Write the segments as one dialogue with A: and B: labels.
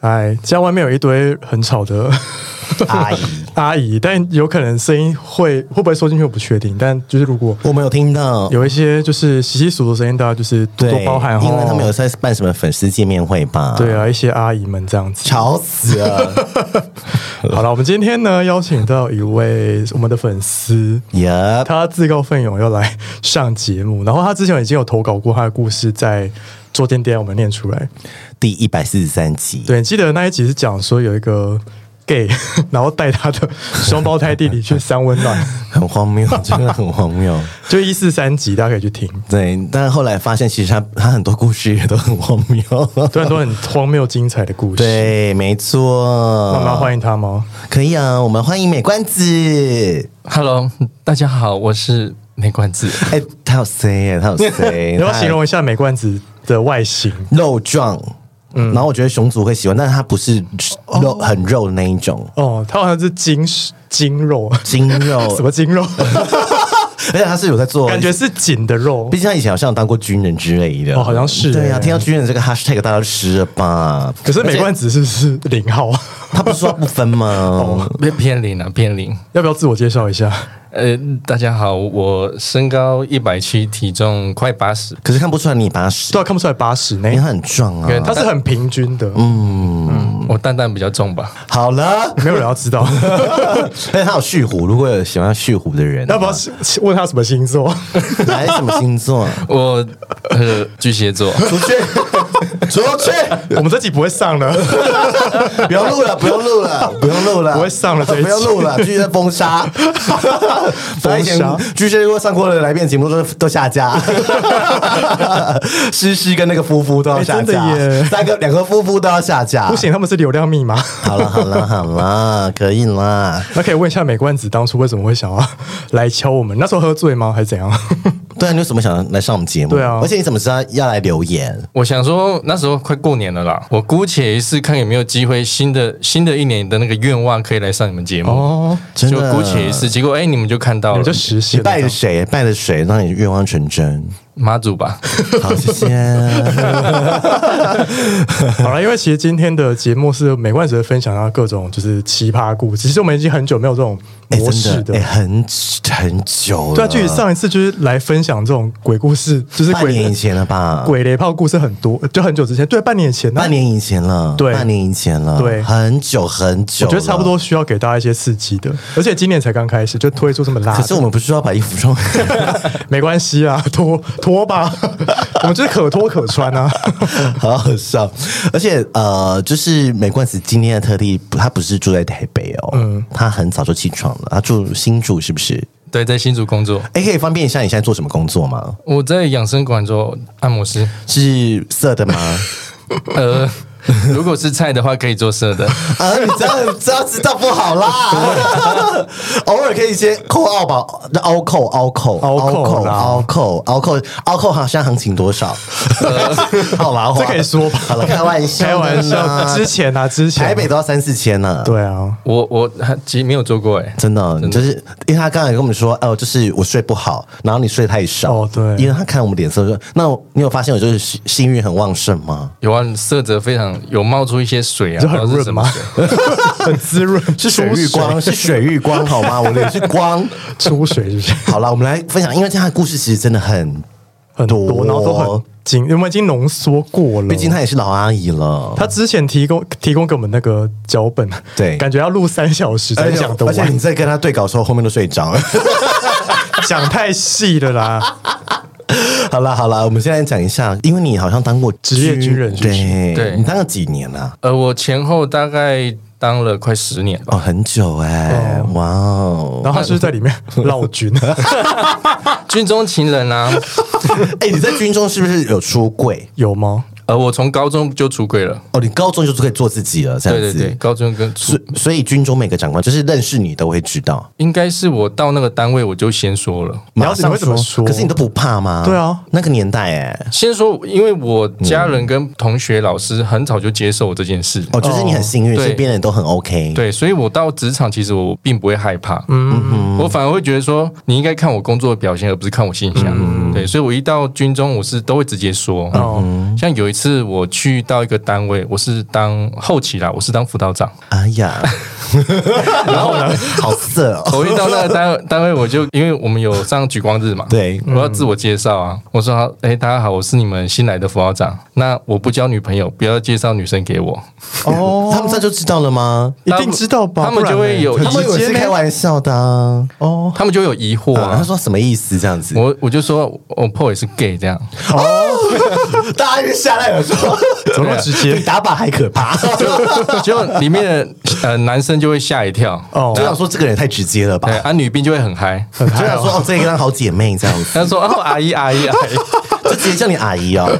A: 哎，家外面有一堆很吵的
B: 阿姨，
A: 阿姨，但有可能声音会会不会收进去我不确定。但就是如果
B: 我们有听到
A: 有一些就是稀稀疏疏的声音，大家就是多
B: 对，
A: 多包涵
B: 因为他们有
A: 哦。
B: 在办什么粉丝见面会吧？，
A: 对啊，一些阿姨们这样子。
B: 吵死 了
A: 好了，我们今天呢邀请到一位我们的粉丝，
B: 耶！
A: 他自告奋勇要来上节目，然后他之前已经有投稿过他的故事，在桌垫垫我们念出来。
B: 第一百四十三集，
A: 对，记得那一集是讲说有一个 gay，然 后带他的双胞胎弟弟去三温暖，
B: 很 荒谬，真的很荒谬。
A: 就一四三集，大家可以去听。
B: 对，但后来发现其实他他很多故事也都很荒谬。
A: 虽然都很荒谬精彩的故事，
B: 对，没
A: 那我们要
B: 错，
A: 欢迎他吗？
B: 可以啊，我们欢迎美冠子。
C: Hello，大家好，我是美冠子。
B: 哎、他有 C 耶， 他有 C，
A: 你要不要
B: 他
A: 形容一下美冠子的外形，
B: 肉壮，
A: 嗯
B: 然后我觉得熊族会喜欢，但是它不是肉、很肉的那一种，
A: 哦，他好像是精精肉，
B: 精肉，
A: 什么精肉？
B: 而且它是有在做，
A: 感觉，是紧的肉
B: 毕。竟他以前好像有当过军人之类的，
A: 哦好像是
B: 对啊，
A: 欸
B: 听到军人这个 hashtag 大家都吃了吧？
A: 可是美
B: 而
A: 冠子是不 是零号？
B: 且他不是说他不分
A: 哦
B: 吗？
C: 偏偏零啊，偏零。
A: 要不要自我介绍一下？
C: 呃，大家好，我身高一百七，体重快八十。
B: 可是看不出来你八十
A: 对，，啊，看不出来八十呢
B: 因为，他很壮啊。
A: 他是很平均的，嗯，
C: 我蛋蛋比较重吧？
B: 好 了，
A: 没有人要知道。
B: 而且他有蓄胡，如果有喜欢蓄胡的人，
A: 要不要问他什么星 座？
B: 来什么星座？
C: 我呃巨蟹座。
B: 出去，出去！
A: 我们这集不会上了。
B: 不 要录了，不要录了，不要录了，
A: 不会上了这一集
B: 不要录了，继续在封杀， 封
A: 杀
B: 巨蟹座上过的来宾节目都都 下架，诗诗跟那个夫妇都要下
A: 哎真
B: 架，
A: 的耶
B: 三个两个夫妇都要下架，
A: 不。行，他们是流量密码。
B: 好了好了好了，可以啦。
A: 那可以问一下美冠子当初为什么会想要 来敲我们？那时候喝醉吗？还是怎样？
B: 对啊，你有什么想来上我们节目？
A: 对啊
B: 而且你怎么知道要来留言？
C: 我想说那时候快过年了啦，我姑且一试看有没有机会，新的新的一年的那个愿望可以来上你们节目。
A: 哦，
B: 真
C: 就
B: 的
C: 姑且一试，结果哎、你们就看到
A: 我
C: 了
A: 就实现
B: 你
A: 了
B: 拜了
A: 它。
B: 谁？拜了谁？让你愿望成真？
C: 妈祖吧？
B: 好，谢 哎谢。
A: 好了，因为其实今天的节目是美冠子会分享到各种就是奇葩故事。其实我们已经很久没有这种
B: 哎、
A: 模式
B: 真的，哎、很很久了。
A: 对啊，距离上一次就是来分享这种鬼故事，就是
B: 半
A: 鬼
B: 年以前了吧？
A: 鬼雷炮故事很多，就很久之前，对，半年前，那
B: 半年以前了，
A: 对
B: 半年以前了，
A: 对
B: 很久很久，
A: 我觉得差不。多需要给大家一些刺激的，而且今年才刚开始就推出这么辣
B: 可是
A: 的，
B: 我们不是要把衣服穿？
A: 没关系啊，脱脱吧， 我们就是可脱可穿啊。
B: 好好笑。而且呃，就是美冠子今天的特地，他不是住在台北哦，嗯，他很早就起床了，他住新竹是不是？
C: 对，在新竹工作，
B: 哎，可以方便一下你现在做什么工作吗？
C: 我在养生馆做按摩师。
B: 是色的吗？
C: 呃，如果是菜的话，可以做色的。
B: 啊，你这样这样知道不好啦。偶尔可以先扣奥吧，凹扣凹扣
A: 凹扣
B: 扣
A: 啦
B: 凹扣凹扣凹扣，好像行情多少？ 好啦，
A: 呃这可以说吧
B: 好了， 开玩笑，
A: 开玩笑，之。前啊，之前
B: 台北都要三四千呢、
A: 对啊，
C: 我我还其实没有做过哎、
B: 真的，就是因为他刚才跟我们说，哦，就是我睡不好，然后你睡太少，
A: 哦对
B: 因为他看我们脸色说，那我你有发现我就是性性欲很旺盛吗？
C: 有啊，色泽非常有冒出一些水啊，
A: 就很
C: 不知道是
A: 润
C: 什
A: 嘛
C: 么水？
A: 很滋润，
B: 是水浴光，是水浴光好吗？我脸是光。
A: 出水是不是？
B: 好了，我们来分享，因为这样的故事其实真的很，
A: 很多，
B: 多
A: 然后都很紧，我们已经浓缩过了。
B: 毕竟她也是老阿姨了。
A: 他之前提供提供给我们那个脚本，
B: 对哎
A: 感觉要录三小时才讲得
B: 而且你
A: 完，
B: 在跟她对稿的时候，后面都睡着 了。
A: 讲太细了 啦。
B: 好了好了，我们现在讲一下，因为你好像当过
A: 职业军人是不是
B: 对，
C: 对
B: 你当了几年啊？
C: 呃，我前后大概当了快十年吧。
B: 哦，很久哎、哇哦！
A: 然后他是不是在里 面绕军，
C: 军中情人啊，
B: 哎、你在军中是不是有出柜？
A: 有吗？
C: 呃，我从高中就出柜了。
B: 哦，你高中就是可以做自己了，这样
C: 对
B: 子。
C: 对对，高中跟出
B: 所所以军中每个长官就是认识你都会知道，
C: 应该是我到那个单位我就先说了，
A: 你要
B: 马上
A: 你会怎么说
B: 可是你都不怕吗？
A: 对啊，
B: 那个年代哎、
C: 先说，因为我家
A: 嗯
C: 人跟同学、老师很早就接受我这件事。
B: 哦，就是你很幸运，
C: 对
B: 身边的人都很 OK。，
C: 对，所以我到职场，其实我并不会害怕，嗯，我反而会觉得说，你应该看我工作的表现，而不是看我形象。对，所以我一到军中，我是都会直接说。嗯
A: 哦，
C: 像有一次我去到一个单位，我是当后期啦，我是当辅导长。
B: 哎呀， 然后呢， 好色哦。
C: 我一到那个单单位，我就因为我们有上举光日嘛，
B: 对
C: 我要自我介绍啊。我说好，哎、大家好，我是你们新来的辅导长。那我不交女朋友，不要介绍女生给我。
A: 哦，
B: 他们这就知道了吗？
A: 一定知道吧？
C: 他们
A: 不然
C: 就会有
A: 呢
B: 他们以为是开玩笑的啊。哦，
C: 他们就有疑惑
B: 啊他
C: 啊。
B: 说什么意思？这样子，
C: 我我就说，哦我 p o 也是 gay 这样，
B: 大家就下来了说，
A: 怎么那么直接啊
B: 比打靶还可 怕。
C: 就里面的呃男生就会吓一跳，
A: 哦
B: 就，想说这个人也太直接了吧
C: 对，？啊女兵就会很嗨，
A: 很
B: 就
A: 嗨
B: 想
A: 哦
B: 说 哦，这个当好姐妹这样子，
C: 他说哦阿姨阿姨阿姨，
B: 就直接叫你阿姨 哦。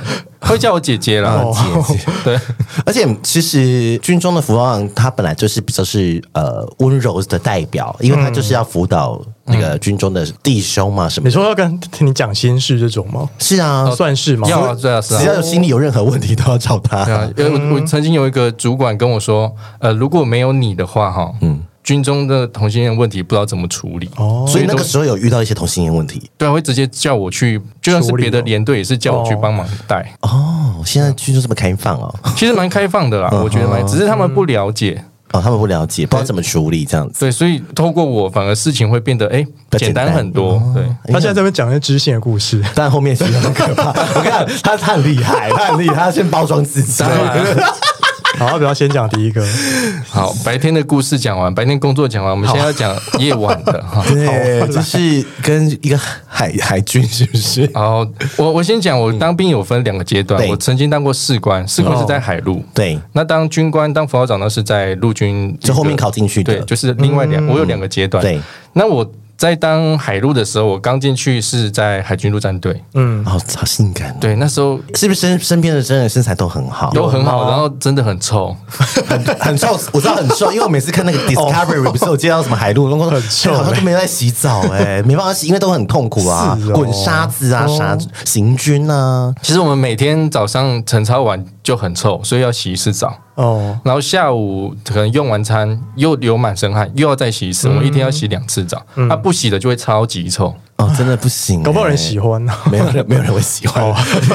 C: 会叫我姐姐啦，
B: 姐姐，
C: 对，
B: 而且其实军中的服装他本来就是比较是呃温柔的代表，因为他就是要辅导那个军中的弟兄嘛，什么
A: 你
C: 嗯
B: 的
A: 说要跟你讲心事这种吗？
B: 是啊，
A: 算是吗？
C: 要啊对啊是啊
B: 只要有心里有任何问题都要找他
C: 对啊，因为我我曾经有一个主管跟我说，呃，如果没有你的话，哈，嗯，军中的同性恋问题不知道怎么处理，哦，
B: 所以那个时候有遇到一些同性恋问题
C: 对啊，会直接叫我去，就算是
A: 处理
C: 别的
A: 哦
C: 连队也是叫我去帮忙带，
B: 哦。现在军中这么开放 哦，
C: 其实蛮开放的啦，我觉得蛮，只是他们不了解，
B: 哦，他们不了解，不知道怎么处理这样子。
C: 对，所以透过我，反而事情会变得哎
B: 比较
C: 简
B: 简单哦
C: 单很多，对。
A: 他现在在那边讲一些知性的故事，
B: 哎但后面其实很可 怕，我看他他很厉害，他很厉害，他先包装自己。
A: 好，要不要先讲第一个？
C: 好，白天的故事讲完，白天工作讲完，我们现在要讲夜晚的哈。
B: 对，就是跟一个海海军是不是？
C: 好，我我先讲，我当兵有分两个阶段，
B: 对
C: 我曾经当过士官，
B: 嗯
C: 士官是
B: 哦
C: 在海陆，
B: 对，
C: 那当军官、当辅导长呢是在陆军，
B: 就后面考进去的嗯
C: 对，就是另外两，我有两个阶段。
B: 对，
C: 那我在当海陆的时候，我刚进去是在海军陆战队，
A: 嗯，
B: 好好性感哦。
C: 对，那时候
B: 是不是身身边的真人身材都很好？啊
C: 都很
A: 有
C: 好，
A: 吗
C: 然后真的很臭，
B: 很很瘦，我知道很瘦，因为我每次看那个 Discovery 不是有介绍什么海陆，我
A: 哦
B: 哎
A: 很臭
B: 好像都没有在洗澡哎、没办法洗，因为都很痛苦 啊
A: 是，哦哦
B: 滚沙子啊，啥行军啊，
C: 其实我们每天早上晨操完就很臭，所以要洗一次澡。
A: 哦，
C: 然后下午可能用完餐又流满身汗，又要再洗一次。我一天要洗两次澡，他、不洗的就会超级臭。
B: 哦，真的不行、
A: 搞不好有人
B: 洗，
A: 喜欢呢。
B: 没有人，没有人会喜欢，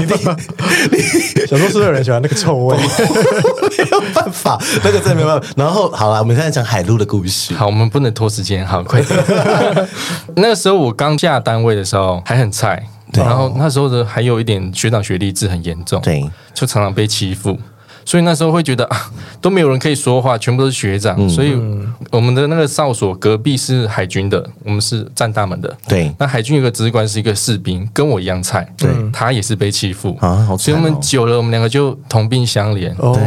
B: 一定
A: 想说是不是有人喜欢那个臭味？
B: 没有办法，那个真的没有办法。然后好了，我们现在讲海陆的故事。
C: 好，我们不能拖时间，好，快点。那时候我刚下单位的时候还很菜，然后那时候的还有一点学长学历制很严重，，
B: 对，
C: 就常常被欺负。所以那时候会觉得啊，都没有人可以说话，全部都是学长。所以我们的那个哨所隔壁是海军的，我们是站大门的。
B: 对，
C: 那海军有个指挥官是一个士兵，跟我一样菜，对他也是被欺负
B: 啊好惨哦
C: 所以我们久了，我们两个就同病相怜，
A: 哦，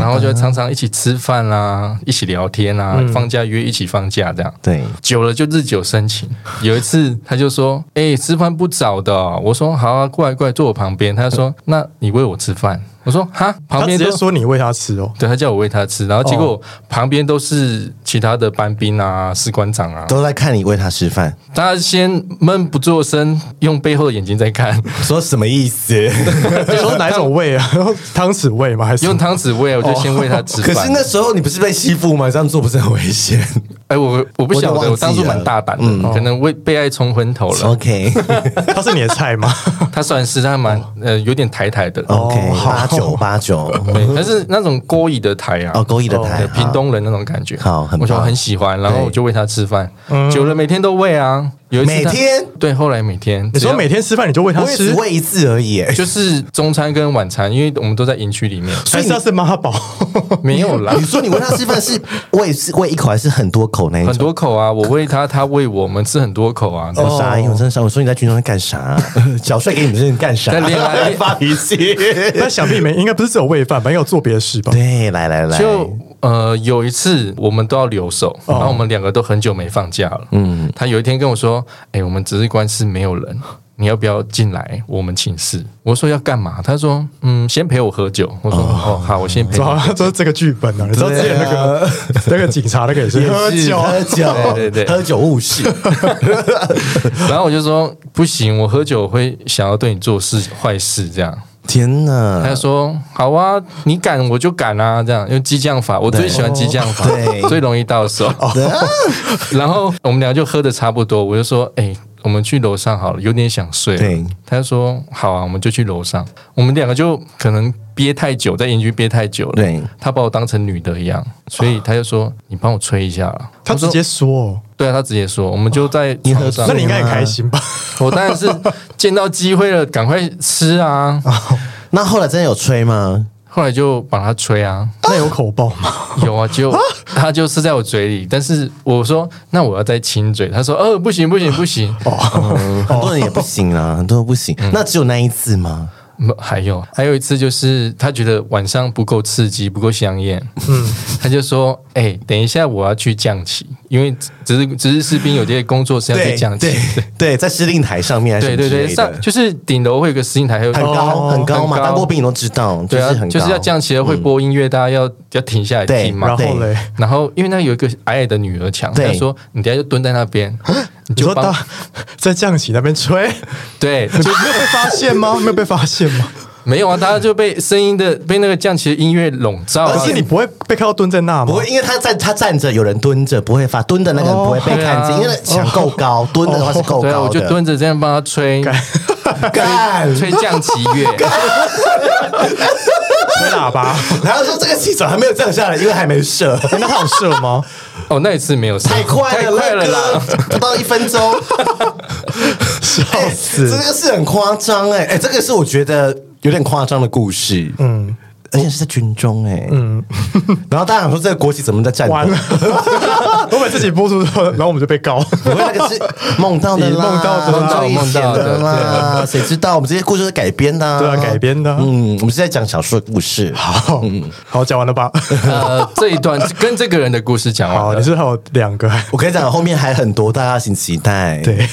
C: 然后就
B: 嗯
C: 常常一起吃饭啦、一起聊天啦、放假约一起放假这样。
B: 对，
C: 久了就日久生情。有一次他就说：“哎、吃饭不早的哦、我说：“好啊，过来过来，坐我旁边。”他说：“那你喂我吃饭。”我说：“哈，
A: 他
C: 旁
A: 直
C: 边都
A: 接说你喂他吃 哦，
C: 对他叫我喂他吃，然后结
B: 哦
C: 果旁边都是其他的班兵啊、士官长啊，
B: 都在看你喂他吃饭，
C: 他先闷不作声，用背后的眼睛 在看，
B: 说什么意 思？
A: 说哪一种味啊？汤匙味吗？还是
C: 用汤匙喂，我就先喂他吃
B: 哦可
C: 饭。
B: 是那时候你不是被欺负吗？这样做不是很危险
C: 哎，我我不晓
B: 我就忘记了
C: 得，
B: 哦
C: 我当初蛮大胆的，可能为被爱冲昏头了。
B: ？OK，
A: 他是你的菜吗？
C: 他算是他蛮
B: 哦
C: 呃有点抬抬的，
B: OK，
A: 哦
B: 八九八九，
C: 对，但是那种勾引的抬啊，
B: 嗯哦，勾一的台
C: 对，，屏东人那种感觉，
B: 好很棒嗯
C: 我就很喜欢，然后我就喂他吃饭，久了每天都喂啊，有一次他
B: 每天
C: 对，后来每天，
A: 你
C: 只
A: 说
C: 要
A: 每天吃饭你就喂
B: 好
A: 他
B: 我也只
A: 吃，
B: 喂一次而已，
C: 就是中餐跟晚餐，因为我们都在营区里面，
A: 还是他是妈宝？
C: 没有啦
B: 你，说你喂他吃饭是喂是喂一口还是很多口那一
C: 很
B: 种？
C: 多口啊，我喂他，他喂我，我们吃很多口啊，
B: 我傻眼，我真的傻眼。我说你在军中在干 啥？小帅给你们这人干啥？
C: 在恋爱
B: 发脾气。
A: 那想必没，应该不是只有喂饭吧？应该有做别的事吧？
B: 对，来来来，
C: 就呃，有一次我们都要留守，然后我们两个都很久没放假了。哦嗯，他有一天跟我说：“哎、我们值日官室没有人，你要不要进来我们寝室？”我说要干嘛？他说：“嗯，先陪我喝酒。”我说：“哦，好，我先陪
A: 知
C: 你。
A: 道吗？ 都是这个剧本啊！你知道之前那个那个警察那个也是喝酒，
B: 喝酒，
C: 对对对
B: 喝酒误事。
C: 然后我就说：“不行，我喝酒会想要对你做事坏事这样。”
B: 天哪
C: 他！说：“好啊，你敢我就敢啊，这样用激将法，我最喜欢激将法，
B: 对
C: 最容易到手。 然后我们俩就喝的差不多，我就说：‘哎、我们去楼上好了，有点想睡。’
B: 对，
C: 他说：‘好啊，我们就去楼上。’我们两个就可能憋太久，在营区憋太久了，
B: 对，
C: 他把我当成女的一样，所以他就说：‘你帮我吹一下了。’
A: 他
C: 我说
A: 直接说哦
C: 对啊，他直接说，我们就在
B: 你喝
C: 床：“上
A: 那你应该很开心吧
C: 我当然是见到机会了，赶快吃啊！
B: 那后来真的有吹吗？
C: 后来就把它吹啊。？”
A: 那有口爆 吗？
C: 有啊，就他就是在我嘴里，但是我说那我要再亲嘴，他说呃不行不行不行，
B: 哦很多人也不行
C: 哦
B: 啊，很多人不行。那只有那一次吗？
C: 嗯还有还有一次就是他觉得晚上不够刺激不够香艳，嗯，他就说哎、等一下我要去降旗，因为只是只是士兵有这些工作是要去降旗
B: 对
C: 的，
B: 对，在司令台上面，
C: 对对对，上
B: 上
C: 就是顶楼会有个石镜台，还有
B: 很高很高嘛，
C: 很高
B: 当过兵你都知道，就
C: 对
B: 是
C: 啊
B: 很高，，嗯
C: 就是要降旗了会播音乐，大家要要停下来
B: 对
C: 听嘛
A: 然。后嘞，
C: 然后因为那有一个矮矮的女儿墙，
B: 对啊
C: 他说你等一下就蹲在那边，你
A: 你
C: 就
A: 说
C: 帮
A: 到 在降旗那边吹，
C: 对，
A: 你没有被发现吗？没有被发现吗？
C: 没有啊，大家就被声音的被那个降旗的音乐笼罩、啊
A: 而，且你哦不会被看到蹲在那
B: 不
A: 吗
B: 会，？因为他站他站着，有人蹲着不会发，蹲的那个人不会被看见，
C: 哦
B: 因为那墙够高，蹲的话是够
C: 对啊，
B: 高
C: 我就
B: 的。
C: 蹲着这样帮他吹
B: 干，
C: 吹降旗乐，
A: 吹喇叭，
B: 然后说这个气球还没有降下来，因为还没射，
A: 哎那他有射吗？
C: 哦，那一次没有 声
B: 太
C: 音
B: 快
C: 太
B: 了，
C: 快了
B: 那
C: 啦，
B: 个不到一分 钟，
A: 笑
B: 哎
A: 死！
B: 这个是很夸张哎，哎，这个是我觉得有点夸张的故事，嗯。而且是在军中哎、嗯， 然后大家想说这个国旗怎么在战斗？
A: 完了， 我把自己播出之后，然后我们就被告。
B: 不会，那个 是梦到的啦，
A: 梦到的啦
B: 最危险的啦，谁知道我们这些故事是改编的、啊？
A: 对啊改编的啊
B: 嗯，我们是在讲小说的故事。
A: 好，好，讲完了吧？
C: 呃，这一段跟这个人的故事讲
A: 好，
C: 完
A: 你
C: 了。
A: 是不是还有两个，
B: 我跟你讲，后面还很多，大家请期待。
A: 对，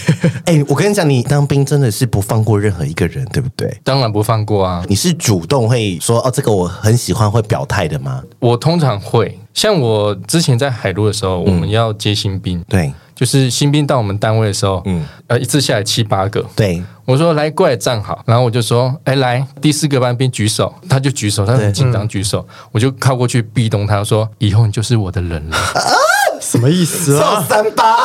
B: 哎、我跟你讲，你当兵真的是不放过任何一个人，对不对？
C: 当然不放过啊！
B: 你是主动会说哦，这个我很喜欢，会表态的吗？
C: 我通常会，像我之前在海陆的时候，我们要接新兵，
B: 对
C: 就是新兵到我们单位的时候，嗯，呃，一次下来七八个，
B: 对，
C: 我说来过来站好，然后我就说，哎来，第四个班兵举手，他就举手，他很紧张举手，我就靠过去壁咚他说，以后你就是我的人了。 。
A: 什么意思
B: 上
A: 啊？
B: 三八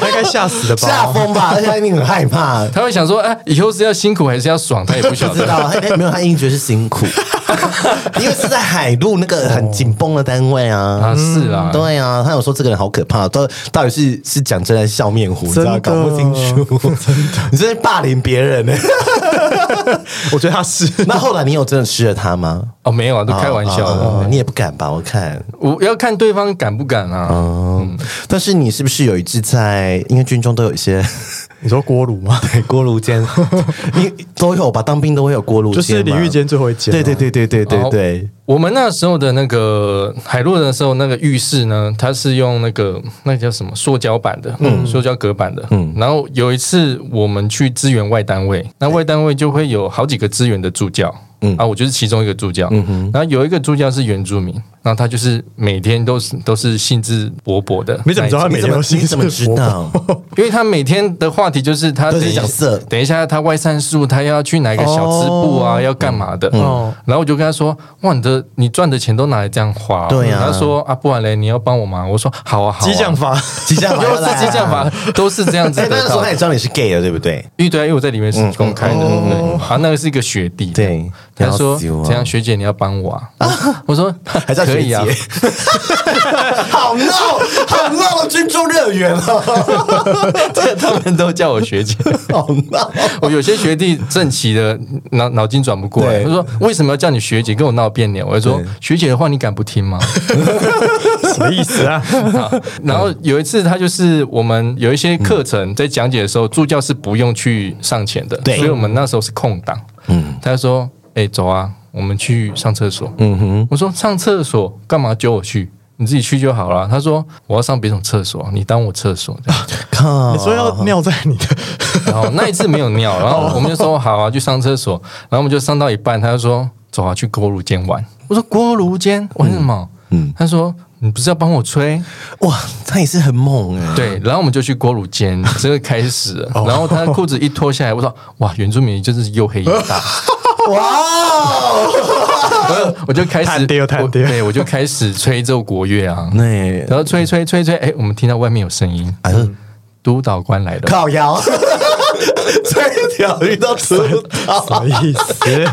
A: 他应该吓死的
B: 下
A: 吧？
B: 风吧， 而且他一定很害怕
C: 他会想说，哎，以后是要辛苦还是要爽，他也不晓
B: 不知
C: 得。
B: 道，他没有，他一定觉得是辛 苦，因为是在海陆那个很紧绷的单位
C: 啊，是啦，
B: 对啊，他有说这个人好可怕，到到底是是讲真的还是笑面虎，你知道
A: 真
B: 搞
A: 的
B: 不清楚， 你真是霸凌别人 呢、
A: 我觉得他是，
B: 那后来你有真的吃了他吗？
C: 哦，没有啊，都开玩笑
B: 哦
C: 的。
B: 你也不敢吧？我看，
C: 我要看对方敢不敢啊。
B: 嗯，但是你是不是有一次在，因为军中都有一些
A: 你说锅炉吗？
B: 锅 炉间，你都有吧？当兵都会有锅炉间，
A: 就是淋浴。间最后一间，
B: 对对，对对对对对，
C: 我们那时候的那个海洛的时候，那个浴室呢，它是用那个那叫什么塑胶板的，嗯，塑胶隔板的，嗯。然后有一次我们去支援外单位，那外单位就会有好几个支援的助教，嗯啊，我就是其中一个助教，嗯哼。然后有一个助教是原住民，然后他就是每天都是都是兴致勃勃的，
A: 你怎么知道他每
B: 你怎
A: 天都
B: 么你
A: 兴致
B: 怎么知
A: 勃勃？
B: 道？
C: 因为他每天的话题就是他
B: 都
C: 等
B: 是
C: 一下
B: 讲色
C: 等一下他外散数，他要去哪个小吃部啊，要干嘛
B: 嗯
C: 的。
A: 哦
C: 然后我就跟他说：“哇，你的你赚的钱都拿来这样花、
B: 对啊
C: 他说：“啊，不然嘞，你要帮我忙。”我说：“好啊， 好啊。”
A: 激将，法，
B: 激将法
C: 又
B: 要
C: 是
B: 来啊
C: 激将法， 都是这样子
B: 哎，那
C: 的
B: 个时
C: 道
B: 候他也
C: 理。
B: 知道你是 gay 了，对不对？
C: 因为对啊，因为我在里面是公开的，对啊，那个是一个学弟，
B: 嗯对
C: 他说
B: 要死我：“
C: 怎样，学姐你要帮我 啊？”我说：“
B: 还叫
C: 可
B: 学
C: 以
B: 姐，
C: 啊。”
B: 好闹，好闹的军中乐园哦，
C: 他们都叫我学姐。
B: 好闹。
C: 我有些学弟正奇的脑脑筋转不过来，
B: 对
C: 他说为什么要叫你学姐跟我闹别扭？我就说
B: 对
C: 学姐的话你敢不听吗？
A: 什么意 思啊？
C: 啊然后有一次他就是我们有一些课程在讲解的时候，助教是不用去上前的，
B: 对
C: 所以我们那时候是空档。嗯，他就说：“哎、走啊，我们去上厕所。嗯哼，我说上厕所干嘛揪我去？你自己去就好了。他说我要上别种厕所，你当我厕所这样。
B: 靠
A: 你，说
B: 哦
A: 要尿在你的，
C: 然后那一次没有尿，然后我们就说好啊，去上厕所。然后我们就上到一半，他就说走啊，去锅炉间玩。我说锅炉间玩什么？嗯，他说你不是要帮我吹？
B: 哇，他也是很猛哎、
C: 对，然后我们就去锅炉间，这个开始了。然后他裤子一脱下来，我说哇，原住民就是又黑又 大。哇！ 我就开始
A: 探丢探
C: 我
A: 丢，
C: 对，我就开始吹奏国乐啊，
B: 那
C: 然后吹吹吹吹，哎，我们听到外面有声音，
B: 哎呦，
C: 督导官来了。
B: 靠腰，这一条遇到车道
A: 什么意思？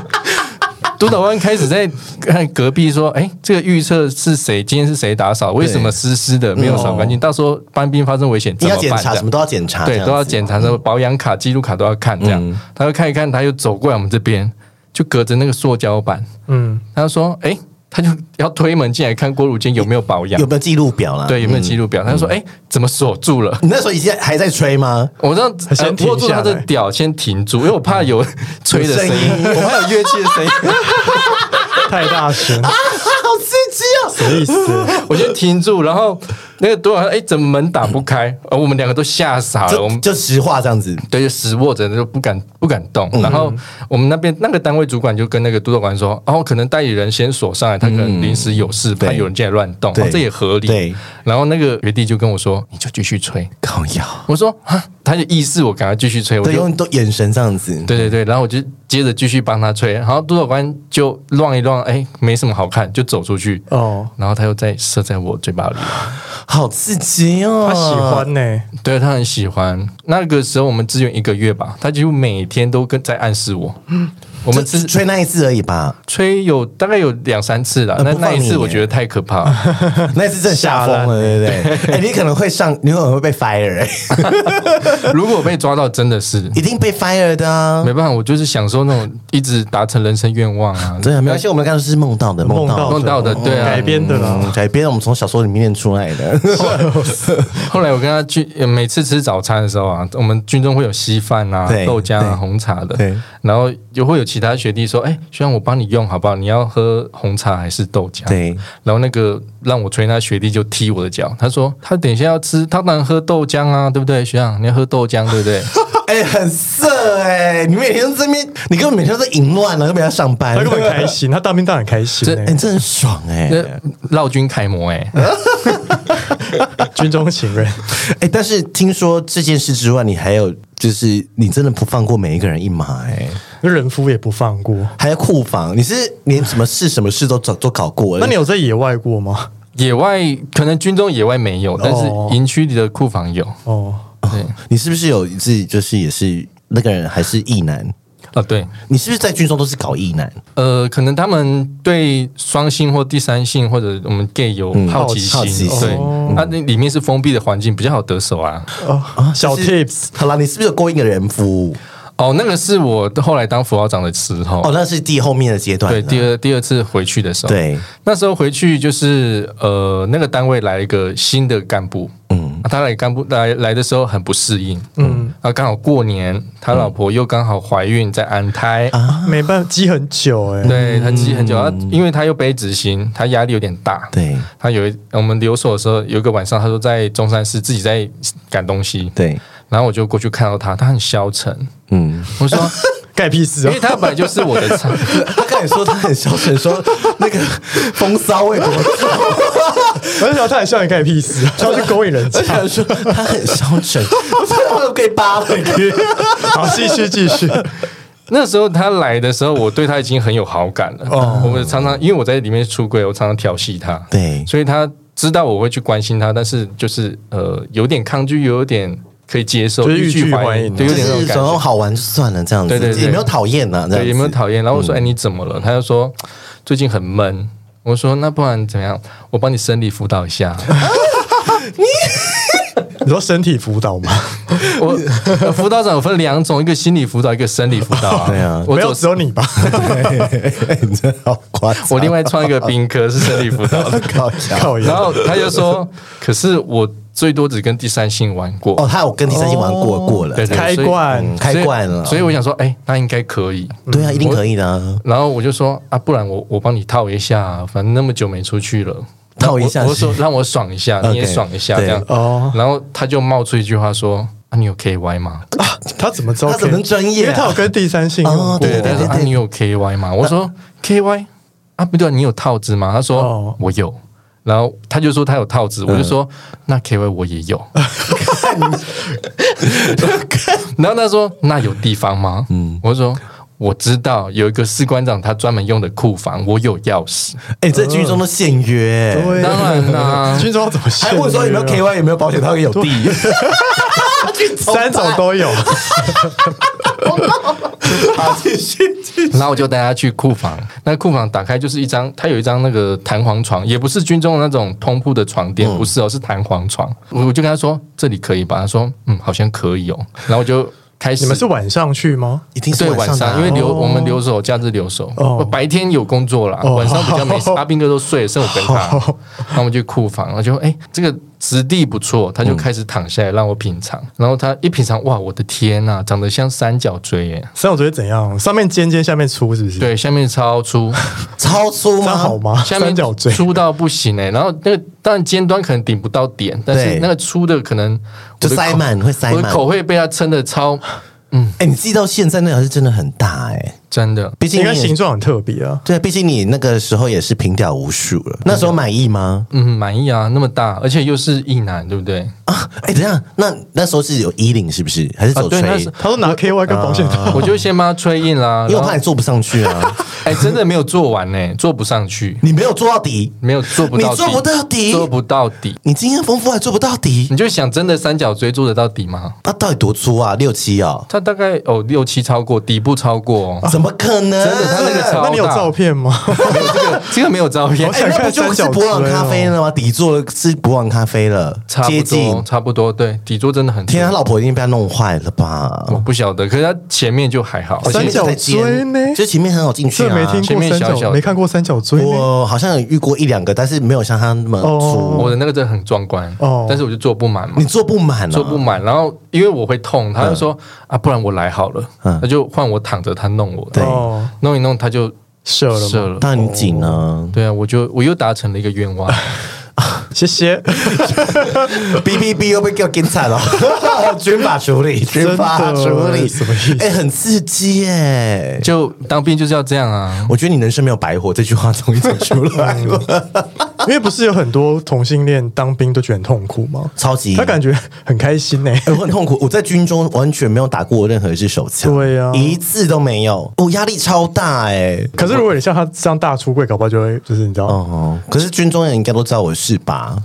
C: 督导官开始在看隔壁说：“哎、这个预测是谁？今天是谁打扫？为什么湿湿的没有扫干净？到时候搬兵发生危险
B: 你
C: 怎么
B: 要
C: 办？”
B: 检查，
C: 这
B: 什
C: 样
B: 么都要检查，
C: 对，
B: 这样
C: 都要
B: 子
C: 检查，什么保养卡、记录卡都要看。这样，他就看一看，他就走过来我们这边，就隔着那个塑胶板，
A: 嗯，
C: 他就说：“哎、他就要推门进来看锅炉间有没有保养
B: 有，没有记录表啦？
C: 对，有没有记录表。他就说：“哎、怎么锁住 了？”
B: 你那时候已经还在吹吗？
C: 我让
A: 先
C: 呃
A: 停
C: 握住
A: 下
C: 他的
A: 来
C: 屌，先停住，因为我怕有吹的声音，
B: 有声
C: 我怕有乐器的声音。
A: 太大声，
B: 好刺激哦！
A: 什么意思？
C: 我就停住，然后那个督导哎，怎么门打不 开？呃，我们两个都吓傻了，我
B: 就
C: 们
B: 就实话这样子，
C: 对就死握着，就不敢不敢动。
B: 嗯
C: 然后我们那边那个单位主管就跟那个督导官说，哦，可能代理人先锁上来，他可能临时有事，怕有人进来乱动，
B: 嗯对
C: 哦这也合理。
B: 对，
C: 然后那个学弟就跟我说，你就继续吹。
B: 靠腰，
C: 我说啊，他就意思我赶快继续吹，我
B: 对，
C: 就
B: 用都眼神这样子，
C: 对对对，然后我就接着继续帮他吹，然后督导官就乱一乱，哎，没什么好看，就走出去。
A: 哦，
C: 然后他又再射在我嘴巴里，
B: 好刺激哦！
A: 他喜欢呢、
C: 对他很喜欢。那个时候我们支援一个月吧，他几乎每天都跟在暗示我。我
B: 我
C: 们
B: 们
C: 只
B: 只吹那一次而已吧，
C: 吹有大概有两三次了，
B: 呃
C: 那
B: 不放
C: 那一
B: 你
C: 次我觉得太可 怕了。
B: 那一次真的吓疯了，对不对？哎，你可能会上，你可能会被 fire，哎
C: 如果被抓到，真的是
B: 一定被 fire 的啊！
C: 没办法，我就是享受那种一直达成人生愿望啊。
B: 真的没关系，我们刚刚是梦到的，哦梦
A: 梦
B: 到
A: 到
B: 的
C: 梦到的对啊
A: 改编的啦。
B: 嗯改编我们从小说里面念出来的。
C: 后来我跟他去，呃每次吃早餐的时候啊，我们军中会有稀饭啊
B: 对、
C: 豆浆
B: 对
C: 啊、红茶的
B: 对，
C: 然后也会有其他学弟说：“哎，学长，我帮你用好不好？你要喝红茶还是豆浆？”
B: 对，
C: 然后那个让我吹那学弟就踢我的脚，他说：“他等一下要吃，他当然喝豆浆啊，对不对，学长？你要喝豆浆，对 不对？”
B: 哎，很色哎！你每天在那边，你根本每天都在淫乱了，啊根本要上班，
A: 他根本很开心，他当兵当然很开心、
B: 哎，
A: 欸，
B: 真的很爽哎！
C: 那绕军楷模哎、
A: 军中情人，
B: 哎、但是听说这件事之外，你还有就是你真的不放过每一个人一马哎、
A: 人夫也不放过。
B: 还有库房，你是连什么事什么事都搞都搞过了
A: 那你有在野外过吗？
C: 野外可能军中野外没有，但是营区里的库房有。
A: 哦，
C: 对
B: 你是不是有自己就是也是那个人还是异男？
C: 啊，对，
B: 你是不是在军中都是搞异男？
C: 呃，可能他们对双性或第三性或者我们 gay 有好奇心，
B: 嗯好奇心
C: 对，啊
A: 哦
C: 那、那里面是封闭的环境，比较好得手啊。
A: 哦小
B: 就是
A: tips，
B: 好啦，你是不是有勾引一个人夫？
C: 哦，那个是我后来当辅导长的时候，
B: 哦，那是第后面的阶段了。
C: 对，第二第二次回去的时候，，
B: 对
C: 那时候回去就是呃，那个单位来了一个新的干部，嗯，他来干部来来的时候很不适应，嗯，然后刚好过年，他老婆又刚好怀孕在安胎，
A: 没办法，积很久哎、
C: 对他积很久，他因为他又背执行，他压力有点大，
B: 对
C: 他有一我们留守的时候，有一个晚上，他说在中山市自己在赶东西，
B: 对，
C: 然后我就过去看到他，他很消沉，
B: 嗯，
C: 我说，
A: 盖屁事
C: 因
A: 啊
C: 为！他本来就是我的菜。
B: 他刚才说他很消沉，说那个风骚哎味多重。
A: 我就想他很像你盖屁事啊，他去勾引人家
B: 而且。他说他很消沉，我真的可以扒回去。
A: 好，继续继续。
C: 那时候他来的时候，我对他已经很有好感了。
A: 哦
C: 我们常常因为我在里面出柜，我常常调戏他，
B: 对
C: 所以他知道我会去关心他，但是就是呃，有点抗拒，又有点可以接受，
A: 就是欲拒
C: 还
A: 还
C: 迎，
A: 迎
C: 对，有
B: 就
C: 点那
B: 是
C: 种感
B: 总
C: 觉
B: 共。好玩就算了，这样子，
C: 对对对
B: 也没有讨厌啊呐，这样
C: 对，
B: 子
C: 有没有 讨厌？然后我说：“哎、你怎么了？”他就说：“哎最近很闷。”我说：“那不然怎么样？我帮你生理辅导一下。
A: 你说身体辅导吗？
C: 我”呃辅导长有分两种，一个心理辅导，一个生理辅导、啊。
B: 对啊
C: 我
A: 没有，
C: 走
A: 只有你吧？
B: 你真的好夸张，
C: 我另外创一个兵科是生理辅导的。
B: 靠腰
A: 靠
C: 然
A: 呀！
C: 后他就说：“可是我最多只跟第三性玩过。
B: 哦，他有跟第三性玩过过了，
C: 对对
A: 开
C: 所以
A: 罐
B: 嗯，开惯了，
C: 所以我想说，哎、那应该可以。
B: 对啊，一定可以的啊。
C: 然后我就说啊，不然我我帮你套一下啊、反正那么久没出去了，
B: 套一下
C: 我我
B: 是
C: 说让我爽一下，
B: OK，
C: 你也爽一下
B: 对
C: 这样。
A: 哦，
C: 然后他就冒出一句话说：“啊，你有 KY 吗
A: 他怎么知道？
B: 他怎么能专业啊
A: 因为他有跟第三性用过
B: 哦？”对对对
C: 他说：“啊，你有 KY 吗？”我说：“KY 啊，不对，你有套子吗？”他
A: 哦
C: 说：“我有。”然后他就说他有套子，我就说那 K Y 我也有。然后他说那有地方吗？嗯，我就说我知道有一个士官长他专门用的库房，我有钥匙。
B: 哎，这军中都限约，哎
A: 对
C: 当然啦
A: 军中要怎么限
B: 还问说有没有
C: 哎
A: 约啊
B: KY 有没有保险，他会有地，
A: 三种都 有，
B: 好继续继续
C: 然后我就带他去库房，那库房打开就是一张，他有一张那个弹簧床，也不是军中的那种通铺的床
A: 嗯
C: 垫，不是哦，是弹簧床。我我就跟他说这里可以吧，他说嗯，好像可以哦。然后我就开始
A: 你们是晚上去吗？
B: 一定
C: 对
B: 是
C: 晚
B: 的啊
C: 上，因为留、
A: 哦
C: 我们留守，假日留守，
A: 哦
C: 白天有工作啦，
A: 哦
C: 晚上比 较没事。阿兵哥都睡了，剩我跟他，然后我们去库房，然后就哎、这个质地不错，
A: 嗯
C: 他就开始躺下来让我品尝，然后他一品尝，哇，我的天呐、长得像三角锥耶，
A: 三角锥怎样？上面尖尖，下面粗，是不是？，
C: 对，下面超粗，
B: 超粗
A: 这样好
B: 吗？
A: 吗？
C: 下面
A: 三角锥
C: 粗到不行哎、然后那个当然尖端可能顶不到点，但
B: 对
C: 是那个粗的可能我
B: 就
C: 的口
B: 塞满会塞
C: 我的
B: 满
C: 口会被他撑的超
B: 哎，你记到现在那条是真的很大哎，
C: 真的。
B: 毕竟
A: 应
B: 你
A: 该
B: 也
A: 形状很特别啊。
B: 对，毕竟你那个时候也是平屌无数了，那时候满意吗？
C: 嗯，满意啊，那么大，而且又是一男，对不对？
B: 啊，哎，等一下，那那时候是有衣领是不是？还是
C: 啊
B: 走，
C: 对，
B: 吹？
C: 那是
A: 他说拿 KY
C: 啊
A: 跟保险套，
C: 我就先帮他吹印啦，
B: 哦因为我怕
C: 然
B: 你
C: 后
B: 坐不上去啊，
C: 哎、真的没有做完呢、欸做不上去，
B: 你没有做到底，
C: 没有 做不到
B: 你
C: 底，
B: 做不到底
C: 做不嗯到底。
B: 你经验丰富还做不到底，
C: 你就想真的三角锥做得到底吗？
B: 那到底多粗啊？六七哦，
C: 它大概哦六七超过，底部超过、 哦。
B: 怎么可能？
C: 真的他那个超
A: 那
C: 大
A: 你有照片吗？
C: 没有这个这个没有照片
A: 好，
B: 哎、
A: 想
B: 那
A: 看
B: 不就
A: 三
B: 是
A: 角锥
B: 博朗咖
A: 哦
B: 啡了吗？底座是博朗咖啡了，
C: 差
B: 接
C: 不
B: 近
C: 多。差不多，对，底座真的很粗。
B: 天、啊，他老婆一定被他弄坏了吧？
C: 我不晓得，可是它前面就还好，而
A: 哦三
C: 且
A: 角锥呢
B: 就前面很好进去
A: 这
B: 啊。
A: 没听
C: 前
A: 过
C: 面
A: 三
C: 小小
A: 角，
C: 的
A: 没看过三角锥呢。
B: 我好像有遇过一两个，但是没有像他那么粗。
A: 哦
C: 我的那个真的很壮观
A: 哦，
C: 但是我就做不满嘛
B: 你。坐不满啊？
C: 做不满，然后因为我会
A: 嗯
C: 痛，他就说、啊，不然我来好了，
B: 嗯
C: 那就换我躺着，他弄我，
B: 对
A: 哦，
C: 弄一弄他就
A: 射了
C: 射
A: 吗？
C: 了，
B: 但你紧呢？
C: 对啊，我就我又达成了一个愿 望，
A: 谢谢。
B: 哔哔哔，又被叫警察了， 军法处 理，军法处理，
A: 什么意思
B: 哎、很刺激耶、
C: 就当兵就是要这样啊。
B: 我觉得你人生没有白活这句话终于讲出 来
C: 嗯
B: 了，
A: 因为不是有很多同性恋当兵都觉得很痛苦吗？
B: 超级。
A: 他感觉很开心欸呢、
B: 哎我很痛苦，我在军中完全没有打过任何一支手枪，
A: 对啊
B: 一次都没有，我、压力超大哎、
A: 可是如果你像他这样大出柜，搞不好就会就是你知道哦
B: 哦，可是军中人应该都知道我是吧？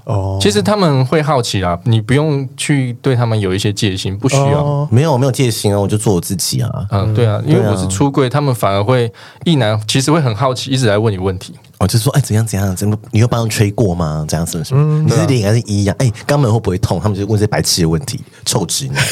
C: 其实他们会好奇啦，你不用去对他们有一些戒心，不需要。
A: 哦
B: 没有，我没有戒心啊，我就做我自己啊。
C: 嗯，对啊，因为我是出柜，他们反而会一男，其实会很好奇，一直来问你问题。
B: 我就说，哎，怎样怎样，怎么你又帮他们吹过吗？怎样什么什
A: 嗯
B: 么？你
A: 啊
B: 是零还是一呀、哎，肛门会不会痛？他们就问这些白痴的问题，臭直男。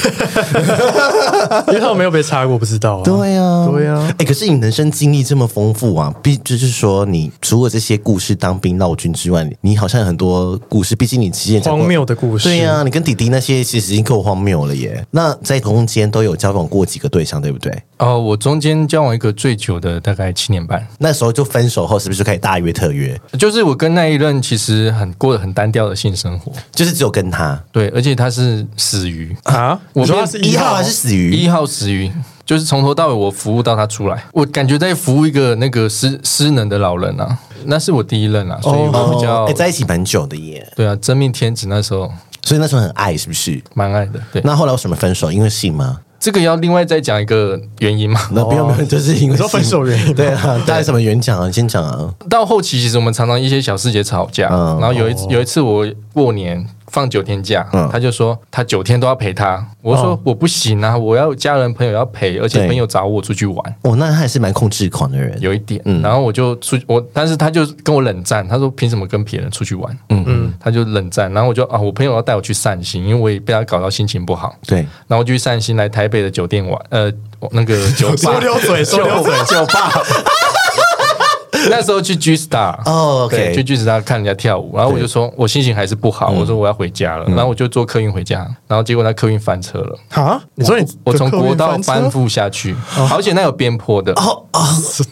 A: 因为他们没有被插过，不知道、啊。
B: 对啊，
A: 对啊。
B: 哎，可是你人生经历这么丰富啊，毕就是说，你除了这些故事当兵闹军之外，你你好像有很多故事，毕竟你之前讲过
A: 荒谬的故事
B: 对啊，你跟弟弟那些其实已经够荒谬了耶。那在中间都有交往过几个对象，对不对？
C: 哦，我中间交往一个最久的，大概七年半，
B: 那时候就分手后，是不是就开始大约特约？
C: 就是我跟那一任其实很过得很单调的性生活，
B: 就是只有跟他
C: 对，而且他是死鱼，
A: 啊，
C: 我
A: 你说
C: 变
A: 他是
B: 一
A: 一
B: 号还是死鱼？
C: 一号死鱼，就是从头到尾我服务到他出来，我感觉在服务一个那个失失能的老人啊，那是我第一任啊，所以我比较、
B: 哦，哎，在一起蛮久的耶，
C: 对啊，真命天子那时候
B: 所以那时候很爱，是不是？
C: 蛮爱的。对，
B: 那后来为什么分手？因为性吗？
C: 这个要另外再讲一个原因嘛。
B: 那不用不用， 就是因为
A: 哦你说分手原因
B: 性
A: 吗
B: 对啊，大概什么原因讲啊？你先讲啊。
C: 到后期其实我们常常一些小事节吵架，
B: 嗯
C: 然后有一次、有一次我过年放九天假，
B: 嗯
C: 他就说他九天都要陪他，我说我不行啊，我要家人朋友要陪，而且
B: 哦对
C: 朋友找我出去玩。
B: 哦，那他还是蛮控制狂的人。
C: 有一点，
B: 嗯
C: 然后我就出我，但是他就跟我冷战，他说凭什么跟别人出去玩？嗯嗯，他就冷战，然后我就啊，我朋友要带我去散心，因为我也被他搞到心情不好，
B: 对，
C: 然后我就去散心来台北的 酒店玩，呃，那个酒 吧，
A: 说溜嘴，说溜嘴，
C: 酒吧，那时候去 G Star，
B: 哦，OK
C: 对去 G Star 看人家跳舞，然后我
B: 对嗯
C: 就说我心情还是不好，我说我要回家了，然后我就坐客运回家，然后结果那客运翻车了。
A: 啊！你说你
C: 我从国道翻
A: 翻车，
C: 覆下去，好险那有边坡的，
B: 哦哦，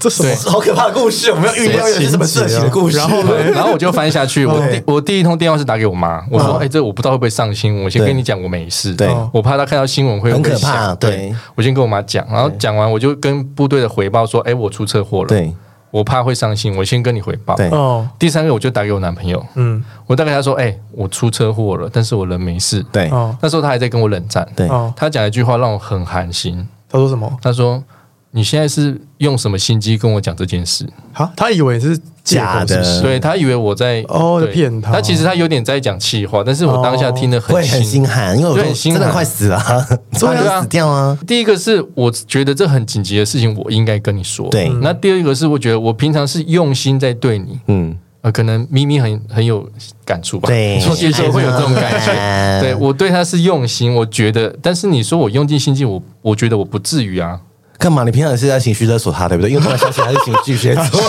A: 这是什么
B: 好可怕的故事，我们要预料一是什么色情的故事。
A: 然后呢
C: 哦 对然后我就翻下去。我
A: 对
C: 第我第一通电话是打给我妈，我说：“哎、这我不知道会不会上新闻，我先
B: 哦对
C: 跟你讲，我没事。哦
B: 对
C: 我怕她看到新闻会
B: 很可
C: 会想
B: 怕
C: 对，
B: 对
C: 我先跟我妈讲，然后讲完我就跟部队的回报说：“哎、我出车祸了，
B: 对
C: 我怕会上新闻，我先跟你回报。”
B: 对
A: 哦，
C: 第三个我就打给我男朋友，
A: 嗯，
C: 我打给他说：“哎、我出车祸了，但是我人没事。”
B: 对
A: 哦，
C: 那时候他还在跟我冷战，
B: 对
A: 哦，
C: 他讲一句话让我很寒心，
A: 他说什么？
C: 他说：“你现在是用什么心机跟我讲这件事？”
A: 啊，他以为是借口
B: 假
A: 是不
B: 的
A: 是，
C: 对他以为我在
A: 哦
C: 对
A: 骗他
C: 他其实他有点在讲气话，但是我当下听得很
B: 哦会很
C: 心。
B: 心寒，因为我
C: 对很心
B: 真
C: 寒
B: 的快死了啊，差点就死掉啊。
C: 第一个是我觉得这很紧急的事情，我应该跟你说。
B: 对
C: 那第二个是我觉得我平常是用心在对你，
B: 嗯，
C: 呃，可能咪咪很很有感触吧。
B: 对
C: 说有时候会有这种感
B: 哎
C: 觉。对我对他是用心，我觉得，但是你说我用尽心机，我我觉得我不至于啊。
B: 干嘛？你平常是在情绪勒索他，对不对？因为突然想起他是情绪勒 索，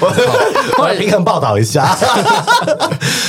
B: 我我来平衡报道一下。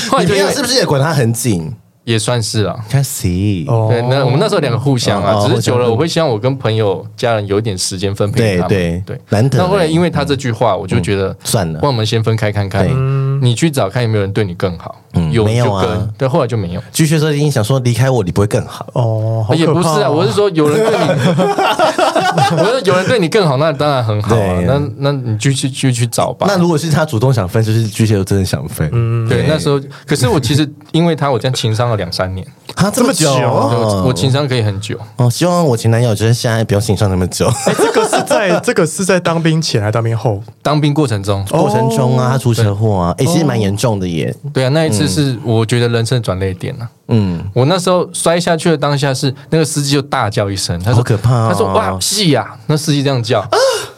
C: 后来
B: 你
C: 就
B: 平
C: 因
B: 常
C: 为
B: 是不是也管他很
C: 哦
B: 紧？
C: 也算是啊。
B: 看谁？
A: 哦，
C: 对，那我们那时候两个互相
B: 哦
C: 啊，
B: 哦
C: 只是久
B: 互
C: 了，
B: 相
C: 我会希望我跟朋友、家人有一点时间分配给他们。
B: 对对
C: 对，
B: 难得哎嗯
C: 那后来因为他这句话，我就觉得
B: 算了
C: 那我们先分开看看
B: 对。
C: 你去找看有没有人对你更好，
B: 嗯
C: 有
B: 没有
C: 就
B: 啊
C: 跟，对，后来就没有。
B: 巨蟹座已经想说离开我，你不会更好。
A: 哦，好可怕哦
C: 也不是啊，我是说有人对 你，我说有人对你更好，那当然很好啊。
B: 对
C: 那那你就去就去找吧。
B: 那如果是他主动想分，就是巨蟹座真的想分。嗯，
C: 对，那时候，可是我其实因为他，我这样情商了两三年，
B: 他这么久，
A: 这么久
C: 我我
B: 哦
C: 情商可以很久。
B: 哦，希望我前男友就是现在不要欣赏那么 久。
A: 哎，这个是 在这个是在当兵前还是当兵后？
C: 当兵过程 中，
B: 过程中啊，他出车祸啊，哎，其实蛮严重的耶。
C: 对啊，那一次是我觉得人生的转捩点啊。
B: 嗯，
C: 我那时候摔下去的当下是那个司机就大叫一声，他说
B: 好可怕哦啊
C: 他说哇戏呀、那司机这样叫，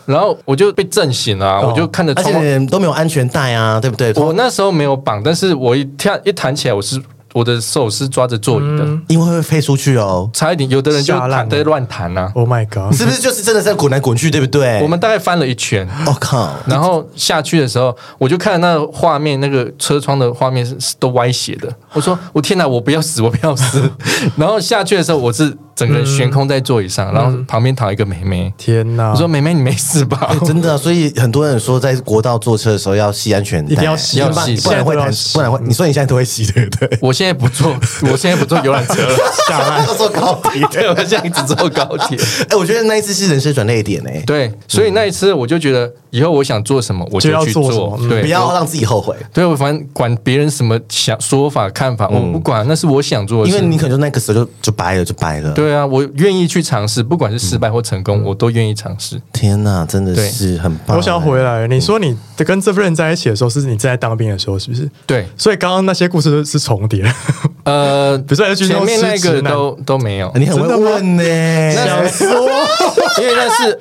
C: 然后我就被震醒了啊、我就看着
B: 哦而
C: 窗
B: 且
C: 外，
B: 人都没有安全带啊，对不对？
C: 我那时候没有绑，但是我一跳一弹起来，我是我的手是抓着座椅的，
B: 因为会飞出去 哦。
C: 差一点有的人就
A: 吓烂了
C: 弹在乱弹啊，
A: Oh my god！
B: 是不是就是真的在滚来滚去，对不对？
C: 我们大概翻了一圈。
B: 我、靠，
C: 然后下去的时候，我就看那个画面，那个车窗的画面是是都歪斜的。我说：“我天哪，我不要死，我不 要死！”然后下去的时候，我是整个人悬空在座椅
A: 嗯
C: 上，然后旁边躺一个妹妹。
A: 天哪！
C: 我说：“妹妹，你没 事吧
B: 真的啊、所以很多人说在国道坐车的时候要系安全带，
A: 一定要系
B: 不然
C: 要系
B: 不然会
A: 现在都要
B: 弹，
A: 系
B: 不然会。你说你现在都会系，对不 对？？”
C: 我现在不坐，我现在不坐游览 车了，
A: 下 来
B: 要坐高铁。
C: 对，我现在只坐高铁。
B: 哎、我觉得那一次是人生转捩点哎、
C: 对，所以那一次我就觉得，以后我想做什么，我
A: 就要
C: 去
A: 做什
C: 做
A: 么。嗯
C: 对，
B: 不要让自己后悔，
C: 对我反正管别人什么想说法看
A: 嗯
C: 法，我不管，那是我想做的
B: 因
C: 事。
B: 为你可能就那个时候就就掰了，就掰了。，
C: 对啊，我愿意去尝试，不管是失败或成功，我都愿意尝试。
B: 天哪，真的是很棒、
A: 我想回
B: 哎
A: 来，你说你跟这份人在一起的时候，是你正在当兵的时候，是不是？
C: 对，
A: 所以刚刚那些故事都是重叠的，
C: 呃，
A: 比赛去
C: 前
A: 弄
C: 面那
A: 失职
C: 个
A: 男
C: 都都没有，
B: 啊欸你很会
A: 真的吗
B: 问呢、
C: 想说， 因为那是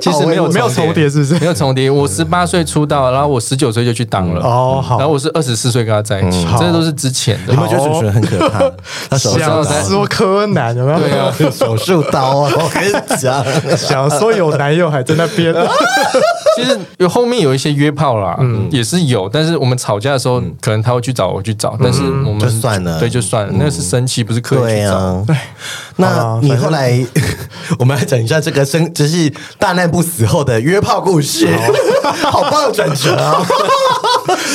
C: 其实没有
A: 没有重叠是不是
C: 没有重叠。我十八岁出道，然后我十九岁就去当了，嗯
A: 哦好
C: 然后我是二十四岁跟他在一起，
A: 好
C: 这都是之前的
B: 你。们觉得蠢蠢很可 怕？他手
A: 想
B: 上
C: 在
A: 说柯南有没有？
C: 对啊，
B: 手术刀 啊，我跟你讲，
A: 想说有男友还在那 边，
C: 其实有后面有一些约炮啦，也是有，但是我们吵架的时候，可能他会去找我去找，但是我们
B: 就算了
C: 对，就算了，那是生气，不是刻意
B: 对
C: 去找。
B: 啊，那
A: 啊
B: 你
A: 反正
B: 后来， 我们来讲一下这个生，就是大难不死后的约炮故事， 好棒的转折啊！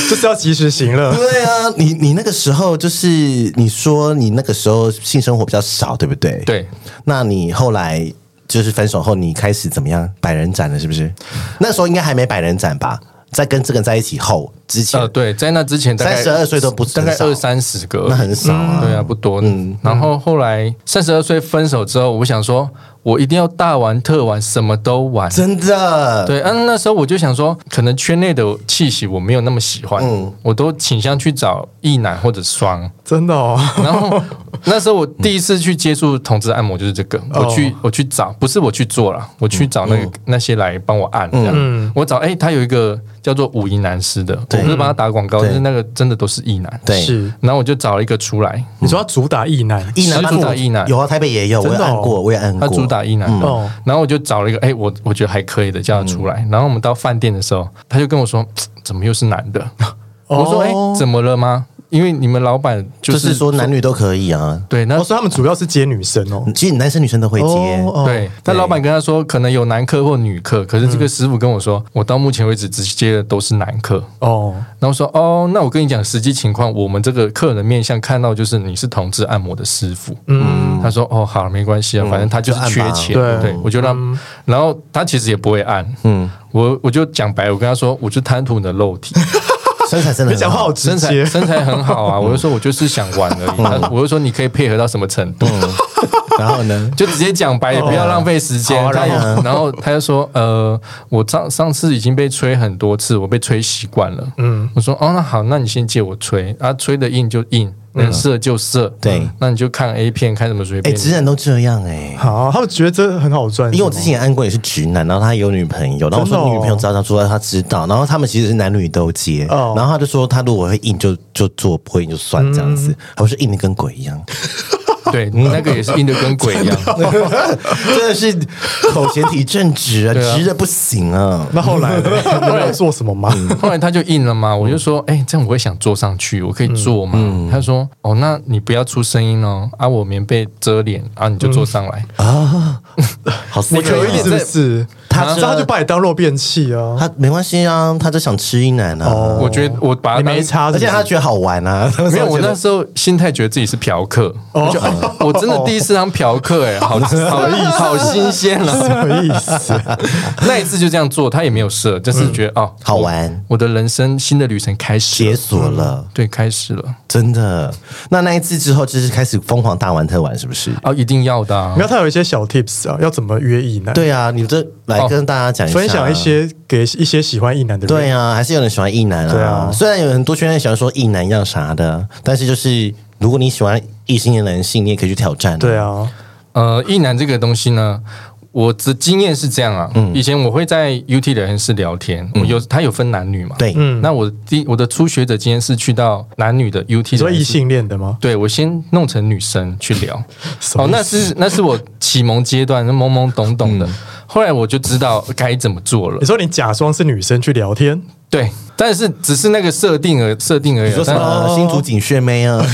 A: 就是要及时行乐。
B: 对啊，你你那个时候就是你说你那个时候性生活比较少，对不对？
C: 对，
B: 那你后来就是分手后，你开始怎么样？百人斩了是不是？那时候应该还没百人斩吧？在跟这个人在一起后之前，
C: 呃，对，在那之前大概
B: 32岁都不
C: 大概
B: 很少
C: 二三十个，
B: 那很少啊。
C: 对啊，不多。嗯，然后后来三十二岁分手之后，我想说，我一定要大玩特玩，什么都玩。
B: 真的，
C: 对，嗯、那时候我就想说，可能圈内的气息我没有那么喜欢，
B: 嗯
C: 我都倾向去找一男或者双。
A: 真的哦，
C: 然后那时候我第一次去接触同志按摩就是这个，我
B: 哦
C: 去我去找，不是我去做了，我去找那
B: 嗯
C: 个那些来帮我按这样。我找哎，他有一个叫做五一男师的，我不是帮他打广告，
B: 对
C: 就是那个真的都是一男。
B: 对
A: 是
C: 然后我就找了一个出来，
A: 你说要主打意男，
B: 一男
C: 十
B: 半
C: 主打一男
B: 有啊，台北也有，我
A: 真
B: 有
A: 的哦
B: 按过，我也按过。
C: 他主打一男
B: 嗯
C: 的，
A: 哦
C: 然后我就找了一个，哎、我我觉得还可以的，叫他出
B: 嗯
C: 来。然后我们到饭店的时候，他就跟我说，嘖怎么又是男的？
A: 哦
C: 我说，哎、怎么了吗？因为你们老板
B: 哦
C: 就
B: 就是是说男女都可以啊。
C: 对，那
A: 哦，所以他们主要是接女生哦。
B: 其实男生女生都会接，
A: 哦哦
C: 对，嗯但老板跟他说可能有男客或女客，可是这个师傅跟我说，我到目前为止只接的都是男客。
A: 哦，
C: 然后说哦，那我跟你讲实际情况，我们这个客人面相看到就是你是同志按摩的师傅。嗯，他说哦，好，没关系啊，反正他就是
B: 就按
C: 缺
B: 吧
C: 钱，
A: 对
C: 对，我就让，然后他其实也不会按，嗯，我我就讲白，我跟他说，我就贪图你的肉体，
B: 身材真 的
A: 你
B: 很
A: 讲话好直
C: 身材
A: 接，
C: 身材很好啊，我就说我就是想玩 而已，他我就说你可以配合到什么程度，
B: 然后 呢，
C: 就直接讲白，也不要浪费时间。他也然后他就说，呃，我上上次已经被吹很多次，我被吹习惯了。嗯，我说，哦，那好，那你先借我吹，啊，吹的硬就硬，能射就射。
B: 对
C: 那你就看 A 片，看什么随
B: 哎、
C: 便。
B: 直男都这样哎、
A: 好，他们觉得这很好赚，
B: 因为我之
A: 是吗
B: 前也按过也是直男，然后他有女朋友，然后我
A: 真的
B: 说
A: 哦
B: 你女朋友知道他说他知道，然后他们其实是男女都接，
A: 哦
B: 然后他就说他如果会硬就就做，不会硬就算这样
C: 嗯
B: 子，他说硬的跟鬼一样，
C: 对，那个也是硬的跟鬼一样。
B: 真的是口嫌体正直啊，
C: 对啊
B: 直的不行啊。
A: 那后来呢你们有做什么吗？
C: 后来他就硬了嘛，我就说，哎、这样我也想坐上去，我可以坐吗？他说，哦，那你不要出声音哦，啊，我棉被遮脸，啊，你就坐上来。
B: 好私密
C: 我觉得
B: 哦，
C: 有一点
A: 是不是？
B: 他
A: 所以他就把你当肉便器 啊。
B: 他没关系啊，他就想吃一男啊，
C: 我觉得我哦把他
A: 你
C: 当
A: 没差是
B: 而
A: 不是，
B: 且他觉得好玩啊。
C: 没有，我
B: 觉得
C: 那时候心态觉得自己是嫖客，我就哎我真的第一次当嫖客，哎，好好好新鲜了。
A: 什么意思？
C: 那一次就这样做，他也没有射，就是觉得哦，
B: 好玩，
C: 我的人生新的旅程开始
B: 解
C: 了，
B: 锁了，
C: 对，开始了，
B: 真的。那那一次之后，就是开始疯狂大玩特玩，是不是？
C: 哦，一定要的啊
A: 没。有，他有一些小 tips 啊，要怎么约异男？，
B: 对啊，你这来
C: 哦
B: 跟大家讲一下，
A: 分享一。些给一些喜欢异男的人。
B: 对啊，还是有人喜欢异男啊。
A: 对啊
B: 虽然有很多圈内喜欢说异男样啥的，但是就是如果你喜欢异性的男性，你也可以去挑战。
A: 对，啊，
C: 呃，意男这个东西呢，我的经验是这样啊，以前我会在 UT 聊天室聊天，我有他有分男女嘛，
B: 对，
C: 那我第我的初学者今天是去到男女的 UT
A: 你说
C: 聊
A: 异
C: 天室
A: 性恋的吗？
C: 对我先弄成女生去 聊。
A: 什么
C: 哦，
A: 意思
C: 那是那是我启蒙阶段，那懵懵懂懂
B: 嗯
C: 的。后来我就知道该怎么做了
A: 你。说你假装是女生去聊天，
C: 对，但是只是那个设定而设定而已啊
B: 你说。什
C: 但
A: 哦
B: 么新竹警血 妹啊？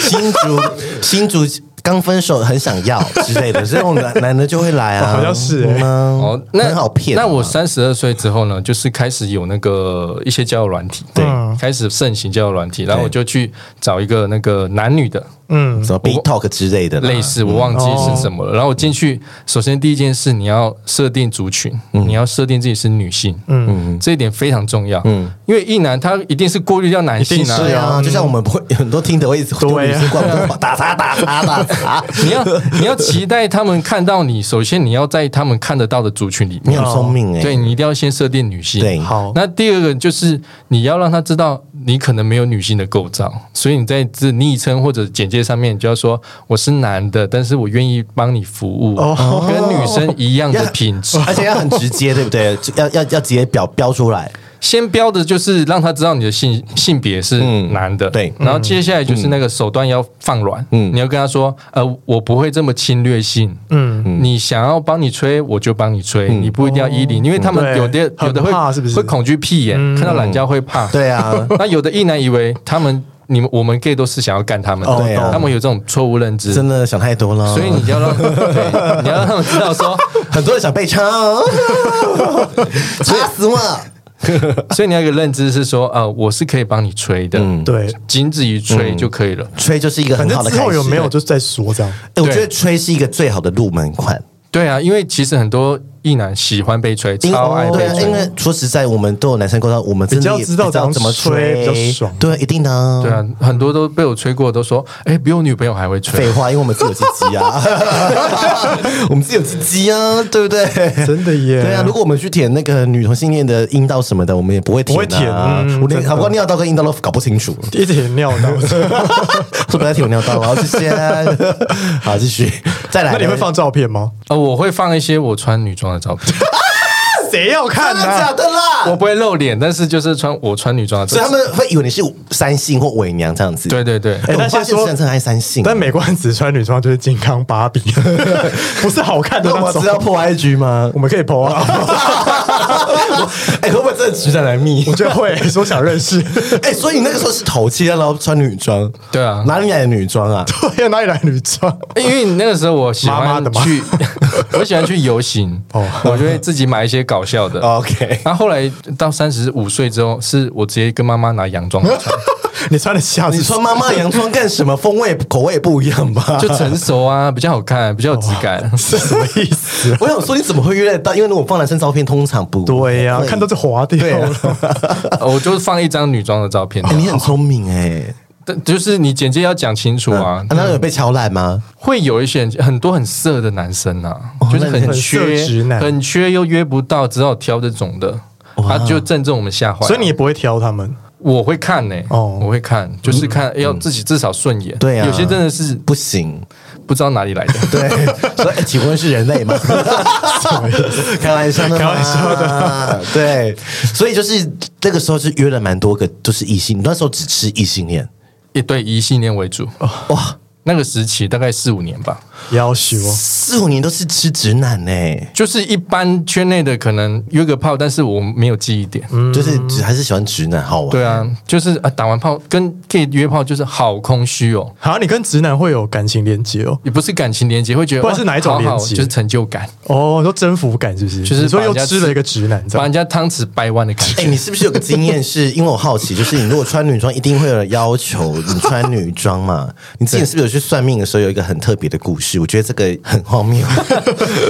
B: 新竹新竹刚分手很想要之类的，这种男男的就会来啊，
A: 好像是欸
B: 嗯啊
C: 哦，那
B: 很好骗啊。
C: 那我三十二岁之后呢，就是开始有那个一些交友软体，
B: 对
A: 嗯
C: 开始盛行交友软体，然后我就去找一个那个男女的，
A: 嗯，
B: 什么 B Talk 之类的啦，
C: 类似，我忘记是什么了。然后我进去，首先第一件事你要设定族群，你要设定自己是女性，嗯，这一点非常重要，嗯，因为一男他一定是过滤掉男性
A: 一定
C: 啊
A: 是，
B: 对啊，就像我们会很多听的会一直
A: 嗯对啊
B: 女生逛逛打叉打叉 打叉，
C: 你要你要期待他们看到你，首先你要在他们看得到的族群里
B: 你
C: 面，
B: 很聪明哎，
C: 对你一定要先设定女性，
B: 对
A: 好，
C: 那第二个就是你要让他知道你可能没有女性的构造，所以你在这昵称或者简介上面，你就要说我是男的，但是我愿意帮你服务，
A: 哦
C: 跟女生一样的品质。
B: 而且要很直接，对不对？就要要要直接表标出来，
C: 先标的就是让他知道你的性性别是男的，
B: 对
C: 然后接下来就是那个手段要放软，你要跟他说，呃，我不会这么侵略性，
A: 嗯，
C: 你想要帮你吹，我就帮你吹，你不一定要依你，因为他们
A: 对
C: 有的有的
A: 很怕
C: 会
A: 是不是
C: 会恐惧屁眼，看到懒觉会怕，
B: 对啊，
C: 那有的异男以为他们、你们、我们 gay 都是想要干他们的，
A: 哦
B: 对啊
C: 他们有这种错误认知，
B: 真的想太多了，
C: 所以你就要让对，你要让他们知道说，
B: 很多人想被唱，掐死我，
C: 所以你要有一个认知是说，呃，我是可以帮你吹的，
B: 哎
A: 对，
C: 仅止于
B: 嗯
C: 吹就可以了。
B: 吹就是一个
A: 反
B: 嗯很
A: 正
B: 好的
A: 之
B: 开
A: 后
B: 始
A: 有。没有就再说这样。
B: 哎我觉得吹是一个最好的入门款，
C: 对啊，因为其实很多异男喜欢被吹，
B: 因为
C: 超爱
B: 对
C: 被
B: 啊，
C: 吹。
B: 因为说实在，我们都有男生过到，我们真的
A: 比较
B: 也
A: 知道
B: 不
A: 怎么
B: 怎么
A: 吹比较爽
B: 对，一定的啊，
C: 对啊，很多都被我吹过，都说，哎、比我女朋友还会吹
B: 废。话，因为我们自己有鸡鸡啊， 我们自己有鸡鸡啊，对不对？
A: 真的耶
B: 对啊，如果我们去舔那个女同性恋的阴道什么的，我们也不会舔、啊，
A: 不会舔嗯
B: 我连
A: 真的
B: 好不好尿道跟阴道都搞不清楚，
A: 一直很尿 道，
B: 说不要舔我尿道，我要去先。好，继续，再来。
C: 哦
A: 那你会放照片吗？
C: 呃，我会放一些我穿女装的照片，
A: 谁要看
B: 真
A: 呢、
B: 的假的啦？
C: 我不会露脸，但是就是穿我穿女装的，
B: 所以他们会以为你是啊三星或伪娘这样子。
C: 对对对，
B: 哎，
A: 但
B: 我发
A: 先
B: 现
A: 说
B: 真的爱三星，
A: 但美冠子穿女装就是金刚芭 比，不是好看的
B: 那我
A: 那
B: 们
A: 种
B: 知。道破 IG 吗
A: 我？们可以 PO 啊，
B: 哎，会不会真的局长来密
A: 我？觉得 会说想认识，
B: 哎，所以你那个时候是头七，然后穿女装，
C: 对啊
B: 哪里来的女装啊？
A: 对啊，哪里来女装？
C: 因为你那个时候我喜
A: 妈妈
C: 欢
A: 的吗
C: 去， 我喜欢去游行，
B: 哦
C: 我就会自己买一些搞笑的。
B: OK，
C: 然后后来到三十五岁之后，是我直接跟妈妈拿洋装来穿，
A: 你穿的下
B: 你
A: 是
B: 穿妈妈洋装干什么？风味口味不一样吧？？
C: 就成熟啊，比较好看，比较有质感。
A: 是什么意思啊
B: 我想说你怎么会约得到？因为如果放男生照片，通常不
A: 对呀、
B: 会哎
A: 看到就滑掉
B: 对啊
A: 了。
B: 哦
C: 我就放一张女装的照片，
B: 哎你很聪明哎。
C: 但就是你简介要讲清楚啊
A: 嗯
B: 啊，，那有被敲烂吗？
C: 会有一些很多很色的男生啊，
B: 哦
C: 就是
B: 那你
C: 很
A: 很
C: 缺
A: 色直男
C: 很缺又约不到，只好挑这种的。他就正中我们下怀啊，
A: 所以你也不会挑他们，
C: 我会看呢、
A: 哦嗯
C: 我会看，就是看要自己至少顺眼。
B: 对啊
C: 有些真的是
B: 不行，
C: 不知道哪里来的。
B: 对， 所以、哎请问是人类吗？开玩笑的，
A: 开玩笑
B: 的，对，所以就是那个时候是约了蛮多个，就是异性，你那时候只吃异性恋，
C: 也对异性恋为主，
A: 哦
B: 哇，
C: 那个时期大概四五年吧，
A: 要求哦
B: 四五年都是吃直男呢、哎
C: 就是一般圈内的可能约个炮，但是我没有记忆点。
B: 就是只还是喜欢直男好玩，
C: 嗯对啊，就是啊，打完炮跟 gay 约炮就是好空虚哦，
A: 好，你跟直男会有感情连接哦。
C: 也不是感情连接，会觉得
A: 不然是哪一种
C: 哇好好
A: 连接
C: 就是成就感，
A: 哦，说征服感是不是？
C: 就是
A: 你说
C: 把
A: 又
C: 人家
A: 吃了一个直男，这样
C: 把人家汤匙掰弯的感
B: 哎、
C: 觉。
B: 你是不是有个经验是？因为我好奇，就是你如果穿女装，一定会有人要求你穿女装嘛？你之前是不是有去算命的时候有一个很特别的故事？我觉得这个很荒 谬。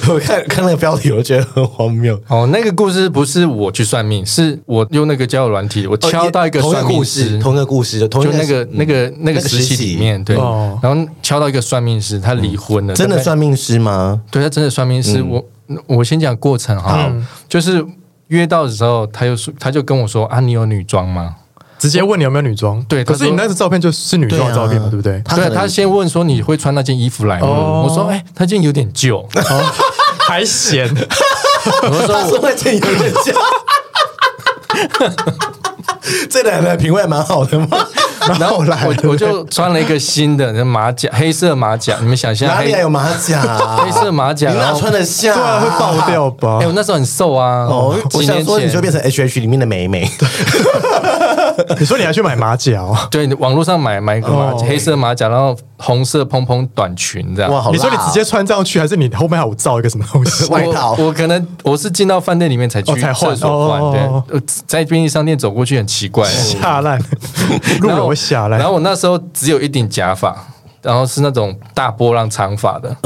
B: 我看看那个标题，我觉得很荒谬。
C: 哦，那个故事不是我去算命，是我用那个交友软体，我
B: 哦
C: 敲到一个
B: 同
C: 算命
B: 故
C: 师
B: 事，，同一个故事，就同一
C: 就那个
B: 嗯
C: 那个
B: 那
C: 那个
B: 个
C: 时
B: 时
C: 期
B: 期
C: 里面，对，
A: 哦
C: 然后敲到一个算命师，他离婚了，
B: 真
C: 大
B: 的
C: 概
B: 算命师 吗？
C: 对他真的算命师，我我先讲过程哈，就是约到的时候，他又说，他就跟我说啊，你有女装吗？
A: 直接问你有没有女装？
C: 对
A: 可
C: 他
A: 是
C: 说
A: 你那个照片就是女装的照片嘛，对不对？
B: 他
C: 对
B: 可
C: 啊，
B: 能
C: 他先问说你会穿那件衣服来吗？
A: 哦
C: 我说哎，那件有点旧，
A: 哦还嫌
B: 我说我会见有人家。 这两个品味蛮好的嘛，
C: 然后我 我就穿了一个新的那马甲，黑色马甲，你们想象
B: 哪里
C: 黑
B: 还有马甲啊、
C: 黑色马甲，
B: 你
C: 然
B: 哪
C: 后
B: 穿得下、
A: 对啊，会爆掉吧
C: 哎，？我那时候很瘦啊，
B: 哦，
C: 几
B: 我
C: 年
B: 想说你
C: 前
B: 就变成 H H 里面的美美，
A: 你说你还去买马甲哦？
C: 对，网络上买买一个马甲，
A: 哦
C: 黑色马甲，然后红色蓬蓬短裙这样。
B: 哇，好辣哦！
A: 你说你直接穿上去，还是你后面还有造一个什么东 西？
B: 外套
C: 我，我可能我是进到饭店里面才去
A: 哦才换
C: 厕所换，
A: 哦
C: 对，呃在便利商店走过去很 奇怪，
A: 下烂，路人
C: 然后
A: 会下
C: 然
A: 烂。
C: 后我那时候只有一顶假发，然后是那种大波浪长发 的。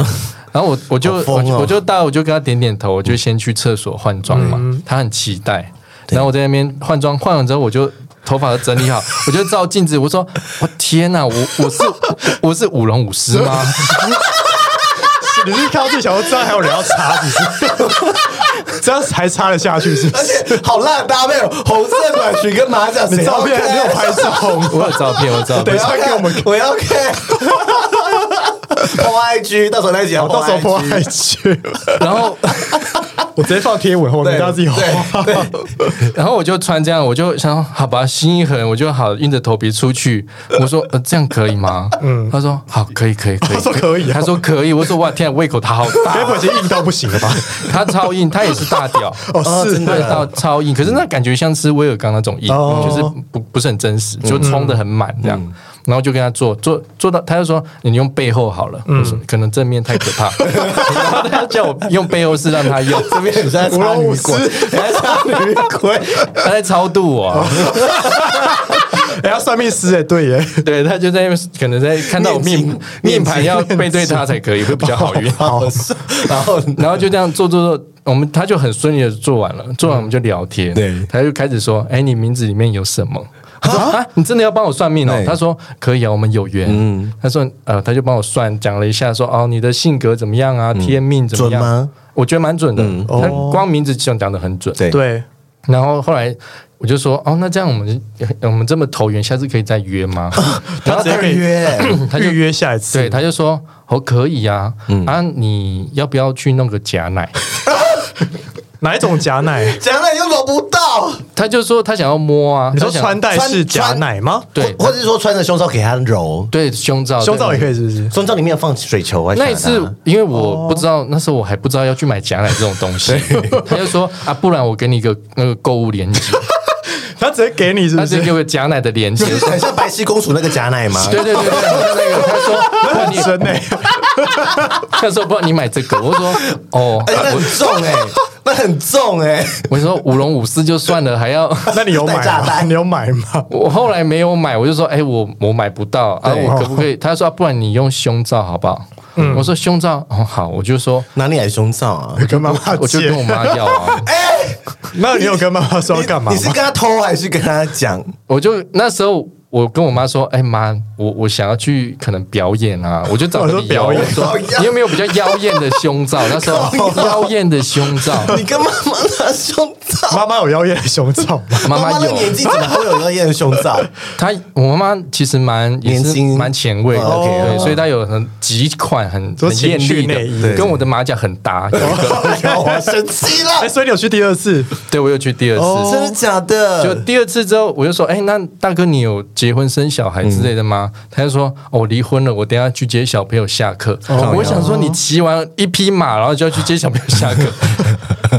C: 然后我我就、
B: 好
C: 我
B: 疯
C: 就
B: 哦
C: 我就到我就跟他点点头，我就先去厕所换装嘛，
B: 嗯
C: 他很期待。然后我在那边换装，换完之后我就头发都整 理好，我就照镜子，我说我天啊哪，我我是我是舞龙舞狮吗？
A: 你是看到自己想要这样，还有人要插，是不是？这样才插得下去，是不
B: 而
A: 是？
B: 且好辣的搭配哦，红色短裙跟马甲，
A: 你照片还没有拍照吗？
C: 我有照片，我有 照
A: 等
C: 片
A: 一。下
B: 谁
A: 给
B: 要看，
A: 我们
B: 我要看。破 IG，到时候那一集要
A: 我哦到时候
B: po
A: 破
B: IG
A: 爱去，
C: 然后
A: 我直接放贴文后面，
B: 对
A: 大家自己画。
C: 然后我就穿这样，我就想说好吧，心一狠，我就好硬着头皮出去。我说呃，这样可以吗？嗯，他说好，可以，可以，可以。
A: 他说可以啊
C: 他说可以。我说哇，天啊，胃口他好
A: 结
C: 大，
A: 果已经硬到不行了吧？
C: 他超硬，他也是大屌，
A: 哦，是
C: 对，到超硬。可是那感觉像吃威尔刚那种硬，
A: 哦嗯
C: 就是不不是很真实，就冲的很满这样。然后就跟他做做做到，他就说你用背后好了，
A: 嗯
C: 我说可能正面太可 怕，然后他叫我用背后是让他用，
B: 这边你在
A: 舞
B: 插
A: 龙舞
B: 女鬼，
A: 狮
B: 你在插女鬼，
C: 他在超度我啊。
A: 人家算命师哎，对耶，
C: 对他就在那边可能在看到我
B: 面
C: 命
B: 筋
C: 命盘
B: 面筋
C: 要背对他才可以，会比较好运。
B: 好笑，然后
C: 然后就这样做做做，我们他就很顺利的做完了，做完我们就聊天。
B: 对
C: 他就开始说：“哎，你名字里面有什么？”他说：“啊，你真的要帮我算命哦
B: 对？”嗯
C: 他说：“可以啊，我们有缘。”他说：“呃，他就帮我算，讲了一下，说哦，你的性格怎么样啊？天命怎
B: 嗯
C: 么
B: 准
C: 样
B: 吗？”嗯
C: 我觉得蛮准的，
A: 哦
C: 他光名字就讲的很准。
B: 对
A: 对，
C: 然后后来我就说：“哦，那这样我们我们这么投缘，下次可以再 约吗？”然后
A: 直接
B: 二
A: 给
B: 月，
C: 他就
A: 预约下一次。
C: 对，他就说：“
A: 嗯
C: 哦，可以啊，啊，你要不要去弄个假奶？”
A: 哪一种假奶？
B: 讲了又搂不到，
C: 他就说他想要摸啊，
A: 你说
C: 他想
A: 穿戴
B: 穿
A: 式假
B: 穿
A: 奶吗？
C: 对
B: 或或者是说穿着胸罩给他揉，
C: 对胸罩，
A: 胸罩
C: 哦对
A: 也可以，是不是？
B: 胸罩里面有放水球啊。
C: 那一
B: 啥的啊
C: 次，因为我不知道，那时候我还不知道要去买假奶这种东西， 他就说啊，不然我给你一个那个购 物链接，
A: 他直接给你，是
C: 他
A: 不
C: 直接给
A: 是？
C: 我假奶的链 接。
B: 就是很像白皙公主那个假奶吗？
C: 对对对对，那个他 说，不然你
A: 真的 欸，
C: 他说不然你买这个，我说哦，
B: 而且那很重哎、那很重哎、
C: 我说舞龙舞狮就算了，还要
A: 那你有买
B: 带炸
A: 吗？
B: 弹
A: 你有买吗？
C: 我后来没有买，我就说，哎、我我买不到啊，
B: 对
C: 我可不可以？他说、啊不然你用胸罩好不好？我说胸罩哦好，我就说
B: 哪里来胸罩啊？
A: 跟妈妈
C: 我就
A: 借
C: 跟我妈要啊，
A: 那你有跟妈妈说要干嘛
B: 你是
A: 吗？
B: 跟他偷还是跟他讲？
C: 我就那时候我跟我妈说，哎、妈，我我想要去可能表演啊，我就找
A: 我
C: 个
A: 说
C: 理由，我
A: 表演
C: 说你有没有比较妖艳的胸罩？那时候妖艳的胸罩，
B: 你跟妈妈拿胸罩？
A: 妈妈有妖艳的胸罩吗？
C: 妈妈
B: 的
C: 有，
B: 年纪怎么会有妖艳的胸罩？
C: 她我妈妈其实蛮也
B: 年
C: 是
B: 轻
C: 蛮前卫的，
B: 哦，OK，
C: 对，
B: 哦
C: 所以她有很几款很
A: 说
C: 很艳
A: 情趣
C: 丽
A: 内衣
C: 的，跟我的马甲很搭。有一个
B: 我生气
A: 哎，
B: 了，
A: 所以你有去第二次？
C: 对我又去第二次。
B: 真的假
C: 哦就
A: 嗯
B: 的？
C: 第二次之后，我就说：“哎、那大哥，你有结婚生小孩之类的吗？”
A: 嗯
C: 他就说：“哦，我离婚了，我等一下去接小朋友下课。
A: 哦啊
C: 我想说，你骑完一匹马，然后就要去接小朋友 下课，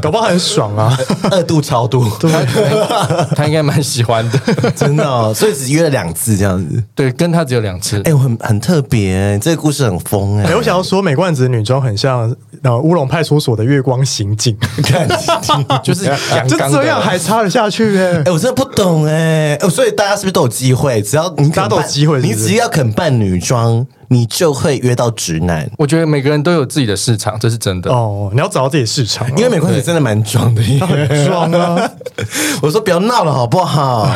A: 搞不好很爽啊！
B: 二度超度，
C: 他他应该蛮喜欢 的。
B: 啊真的、哦，所以只约了两次这样子。
C: 对，跟他只有两次。
B: 哎、我很很特别、这个故事很疯哎、
A: 哎、我想要说，美冠子女装很像呃乌龙派出所的月光刑警，
C: 就是阳
A: 哎就
C: 刚
A: 这样
C: 的，
A: 还插得下去哎、
B: 哎、我真的不懂哎、哎所以大家是不是都有机会？只要你肯
A: 大家都有
B: 扮
A: 机会是不
B: 你
A: 是
B: 只要肯扮女装，你就会约到直男。
C: 我觉得每个人都有自己的市场，这是真的。
A: 哦，你要找到自己市场、
B: 因为美国
C: 哦
B: 女真的蛮装的 耶，
A: 装啊！
B: 我说不要闹了好不 好？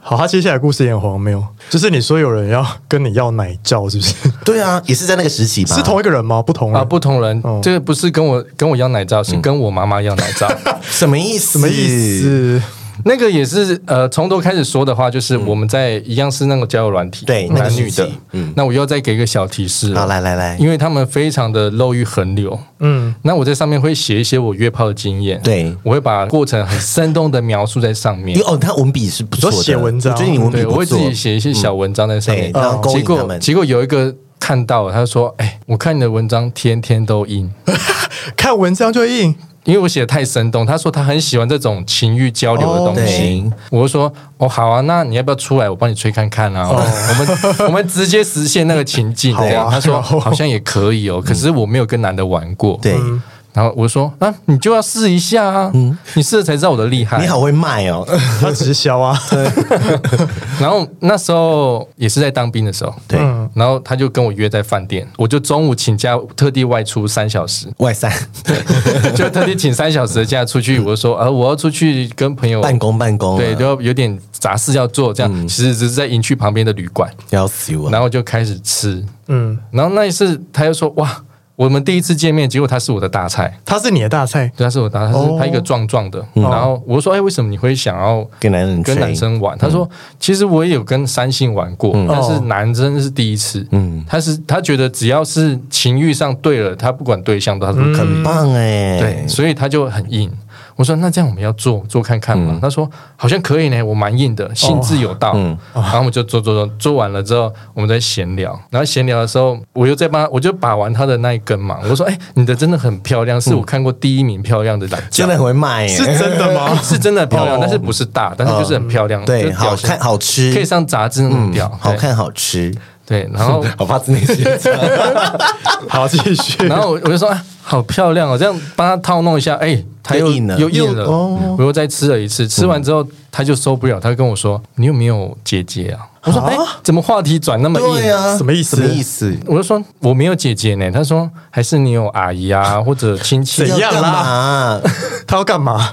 A: 好，他接下来故事也很荒谬，就是你说有人要跟你要奶罩，是不是？
B: 对啊，也是在那个时期吧。
A: 是同一个人吗？不同人
C: 啊，不同人，
A: 哦嗯
C: 这个不是跟我跟我要奶罩，是跟我妈妈要奶罩。
B: 什么意
A: 什
B: 思？
A: 么意？思？
C: 那个也是呃，从头开始说的话，就是
A: 嗯
C: 我们在一样是那个交友软体，
B: 对那个
C: 男
B: 时
C: 女
B: 期
C: 的，那我又要再给一个小提示了，
B: 嗯好，来来来，
C: 因为他们非常的漏于横流，嗯，那我在上面会写一些我约炮的经验，
B: 对
C: 我会把过程很生动的描述在上面
B: 因为，哦，他文笔是不错的，
A: 你说写文章
B: 我觉得你文笔
C: 对，我
B: 不
C: 会自
B: 错。嗯
C: 己写一些小文章在上面，
B: 对然后勾引
C: 结
B: 他
C: 果
B: 们
C: 结果有一个看到了，他就说，哎、我看你的文章天天都印。
A: 看文章就硬，
C: 因为我写的太生动，他说他很喜欢这种情欲交流的东西，
B: 哦
C: 我就说哦好啊，那你要不要出来，我帮你吹看看
B: 哦
C: 啊？我们 我们直接实现那个情境。
A: 好啊
C: 这样他说
A: 好啊
C: 好像也可以哦，可是我没有跟男的玩过。
B: 嗯对，嗯
C: 然后我就说啊，你就要试一下啊，你试了才知道我的厉害
B: 你。好会卖 哦，
A: 他直销啊！
C: 然后那时候也是在当兵的时候，
B: 对，
A: 嗯
C: 然后他就跟我约在饭店，我就中午请假特地外出三小时，
B: 外三
C: 就特地请三小时的假出去。我就说啊，我要出去跟朋友
B: 办公办公啊，
C: 对，都有点杂事要做，这样、其实只是在营区旁边的旅馆，
B: 要死我
C: 然。后就开始吃，
A: 嗯，
C: 然后那一次他就说哇，我们第一次见面，结果他是我的大菜，
A: 他是你的大菜，
C: 对，他是我的大菜，他
A: 哦
C: 是他一个壮壮的，然后我就说哎，为什么你会想要？
B: 跟男人
C: 跟
B: 吹
C: 男生玩，他说：“其实我也有跟三性玩过，但是男生是第一次。嗯，他是他觉得只要是情欲上对了，他不管对象都他都可以。
B: 很棒哎，
C: 嗯对，，所以他就很硬。我说那这样我们要做做看看
B: 嗯
C: 嘛。他说好像可以呢，我蛮硬
B: 哦
C: 的，兴致有道。然后我们就做做做，做完了之后我们再闲聊。然后闲聊的时候，我又再帮他，我就把玩他的那一根嘛。我说哎、你的真的很漂亮，
B: 嗯
C: 是我看过第一名漂亮的懒觉。
B: 真的很会卖
A: 是
B: 哎，
A: 真的 吗？
C: 是真的漂亮，但是不是大，但是就是很漂亮，就
B: 哦对，
C: 是表
B: 好
C: 现
B: 看好吃，
C: 可以上杂志那种屌，
B: 好看好吃，
C: 对。对，然后
B: 好怕自己写
A: 好，继续。
C: 然后我就说啊，好漂亮哦，这样帮他套弄一下，哎，他又
B: 又硬了
C: 又硬了，我又再吃了一次，吃完之后他就受不了，他就跟我说：“你有没有姐姐啊？”我说：“哎，怎么话题转那么
B: 对
C: 硬？”
B: 啊，
A: 什么意思
B: 什么意思？
C: 我就说：“我没有姐姐呢。”他说：“还是你有阿姨 啊，或者亲戚
A: 怎。样
B: 要干嘛？
A: 他要干嘛？”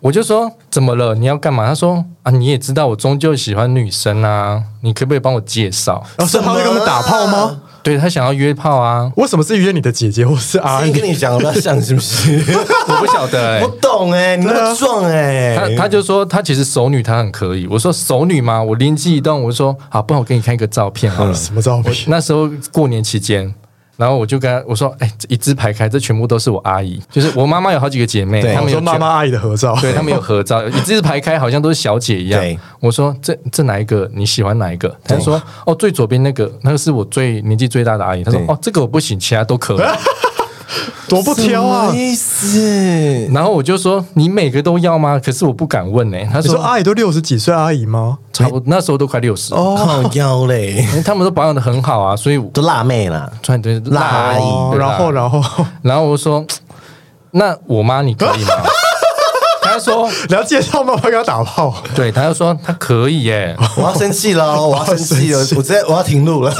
C: 我就说：“怎么了？你要干嘛？”他说：“啊，你也知道我终究喜欢女生啊，你可不可以帮我介绍
A: 然后哦是他会跟我们打炮吗？？”
C: 对他想要约炮啊，
A: 为什么是约你的姐姐或是阿
B: 阿姨
A: 姨？
B: 跟你讲，我不要像是不 是？
C: 我不晓得哎、
B: 不懂哎，
A: 啊
B: 你那么壮哎，
C: 他他就说他其实熟女他很可以，我说熟女吗？我啊
A: 嗯
C: 灵机一动，我就说好，不然我给你看一个照片好了。
A: 什么照片？
C: 那时候过年期间，然后我就跟他我说，哎，这一字排开，这全部都是我阿姨，就是我妈妈有好几个姐妹，
B: 对
C: 她
A: 我
C: 们有
A: 说妈妈阿姨的合照，
C: 对他们有合照，一字排开，好像都是小姐一样
B: 对。
C: 我说这这哪一个你喜欢哪一个？他就说哦，最左边那个，那个是我最年纪最大的阿姨。他说
B: 对
C: 哦，这个我不行，其他都可以。
A: 多不挑啊
B: 什么！意思？
C: 然后我就说你每个都要吗？可是我不敢问呢、他
A: 你
C: 说
A: 说啊阿姨都六十几岁阿姨吗？
C: 差不多那时候都快六十，
B: 哦，靠腰嘞，
C: 因为他们都保养的很好啊，所以我
B: 都辣妹啦，
C: 穿对
B: 辣阿姨
A: 哦
C: 啊对
A: 然后然后
C: 然后我说那我妈你可以吗？ 他说
A: 你要介绍妈妈给她打炮，
C: 对，他就说他可以耶、
B: 我要生气 了，我要生气了，
A: 我要生气
B: 我直接我要停录了。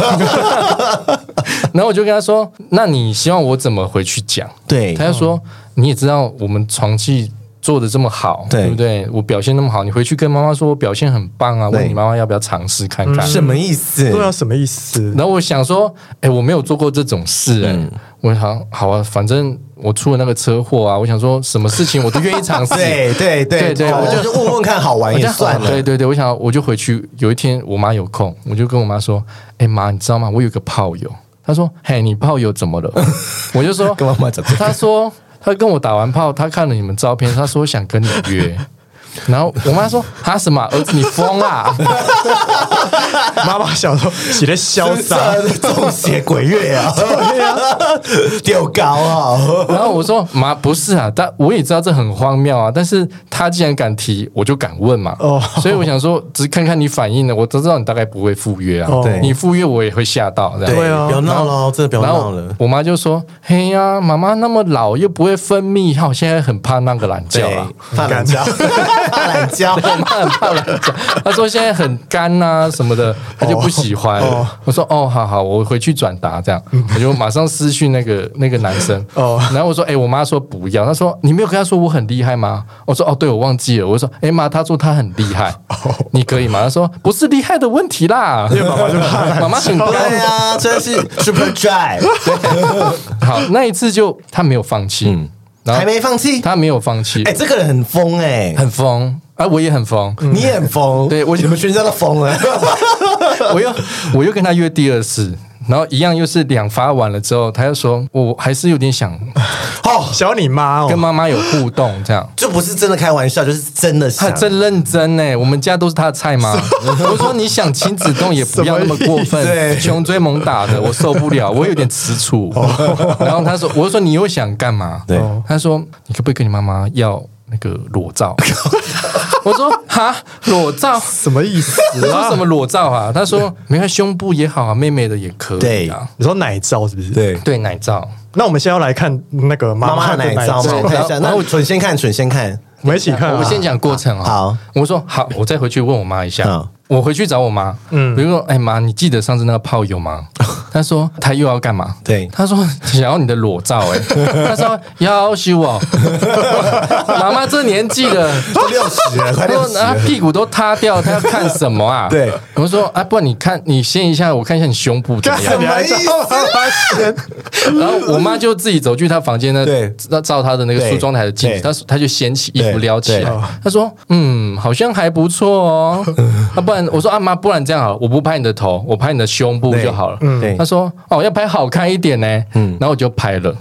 C: 然后我就跟他说：“那你希望我怎么回去讲？”
B: 对
C: 他就说：“你也知道我们床戏做的这么好，
B: 对
C: 对不对？我表现那么好，你回去跟妈妈说我表现很棒啊，
B: 对
C: 问你妈妈要不要尝试看
A: 嗯
C: 看。
B: 什么意思？
A: 对啊，什么意思？
C: 然后我想说：“哎，我没有做过这种事、
B: 嗯
C: 哎、我想好啊，反正我出了那个车祸啊，我想说什么事情我都愿意尝 试。”
B: 对对对哦
C: 对对
B: 我
C: 我
B: 就问问看，好玩
C: 我
B: 也
C: 就
B: 算了。
C: 对对对，我想我就回去。有一天我妈有空，我就跟我妈说：“哎、妈，你知道吗？我有个炮友。”她说：“嘿，你炮友怎么了？” 我就说：“
B: 跟妈妈讲这个
C: 她说：“她跟我打完炮，她看了你们照片，她说想跟你约。” 然后我妈说：“她什么啊儿子，你疯啦、
A: 妈妈小时候写的潇洒，
B: 真的中邪鬼月啊， 丢高啊！
C: 然后我说：“妈，不是啊，但我也知道这很荒谬啊，但是她既然敢提，我就敢问嘛。
A: 哦
C: 所以我想说，只看看你反应呢，我都知道你大概不会赴约啊。
A: 哦
B: 对
C: 你赴约我也会吓到，这样。
A: 对啊
B: 不要闹了，真的不要
C: 然
B: 闹
C: 后
B: 了。
C: 我妈就说：“嘿呀、妈妈那么老又不会分泌，哈，我现在很怕那个懒觉
B: 对
C: 啊。，
B: 怕懒 觉，怕懒觉。
C: 我妈很怕懒觉，她说现在很干呐、什么的，她就不喜欢。
A: 哦
C: 我说哦，好好，我回去转达这样，我就马上私讯那个那个男生。
A: 哦
C: 然后我说，哎、我妈说不要，她说你没有跟她说我很厉害吗？我说哦，对，我忘记了。我说，哎、妈，她说她很厉害，你可以吗？她说不是厉害的问题啦，因为妈妈就怕妈妈很干
B: 对啊，真的是 super dry，
C: 好，那一次就她没有放弃，然后
B: 还没放弃。
C: 他没有放弃，
B: 哎，这个人很疯哎，
C: 很疯，啊，我也很疯，
B: 你也很疯，
C: 对我
B: 你们全家都疯了。
C: 我又我又跟他约第二次，然后一样又是两发完了之后，他又说我还是有点想
B: 哦，
A: 小你妈
C: 跟
A: 哦，
C: 妈妈有互动这样。
B: 就不是真的开玩笑，就是真的
C: 他
B: 想。
C: 真认真呢，我们家都是他的菜 吗？我说你想亲子动也不要那么过
B: 什么意
C: 分，
B: 思
C: 穷追猛打的，我受不了，我有点 吃醋。然后他说，我就说你又想干嘛？
B: 哦对
C: 他说你可不可以跟你妈妈要那个裸 照？我说哈，裸照
A: 什么意思
C: 我说
A: 啊
C: 什？么裸照啊？他说没看胸部也好啊，妹妹的也可以啊。
A: 你说奶照是不是？。
B: 对
C: 对 奶照，
A: 那我们先要来看那个妈
B: 妈妈的
A: 的
B: 奶
A: 奶
B: 照
A: 照
B: 嘛，我
C: 对
B: 看一下。
C: 然
B: 那
C: 后
B: 我准先看，准先看。
A: 我们一起看啊。
C: 我们先讲过程啊。
B: 好，
C: 我说好，我再回去问我妈一下
B: 好。
C: 我回去找我妈，
A: 嗯
C: 嗯，比如说，哎妈，你记得上次那个炮 友吗？她说她又要干嘛？
B: 对
C: 她说想要你的裸照、 哎，她说要修哦， 妈妈这年纪 了。
B: 都六十 了，快
C: 她
B: 六
C: 说
B: 十：“
C: 啊
B: 了，，
C: 屁股都塌掉，她要看什么啊？”
B: 对，
C: 我说：“啊，不然你看，你先一下，我看一下你胸部怎么样？”
A: 干你还照妈先
C: 然后我妈就自己走去她房间呢
B: 对，
C: 照照她的那个梳妆台的镜
B: 对
C: 子，她她就掀起衣
B: 对
C: 服撩起
B: 对
C: 来，她说：“嗯，好像还不错 哦。”那不然我说：“啊妈，不然这样好了，我不拍你的头，我拍你的胸部
B: 对
C: 就好了。”
B: 嗯对
C: 她说：“哦，要拍好看一点呢。”然后我就拍了。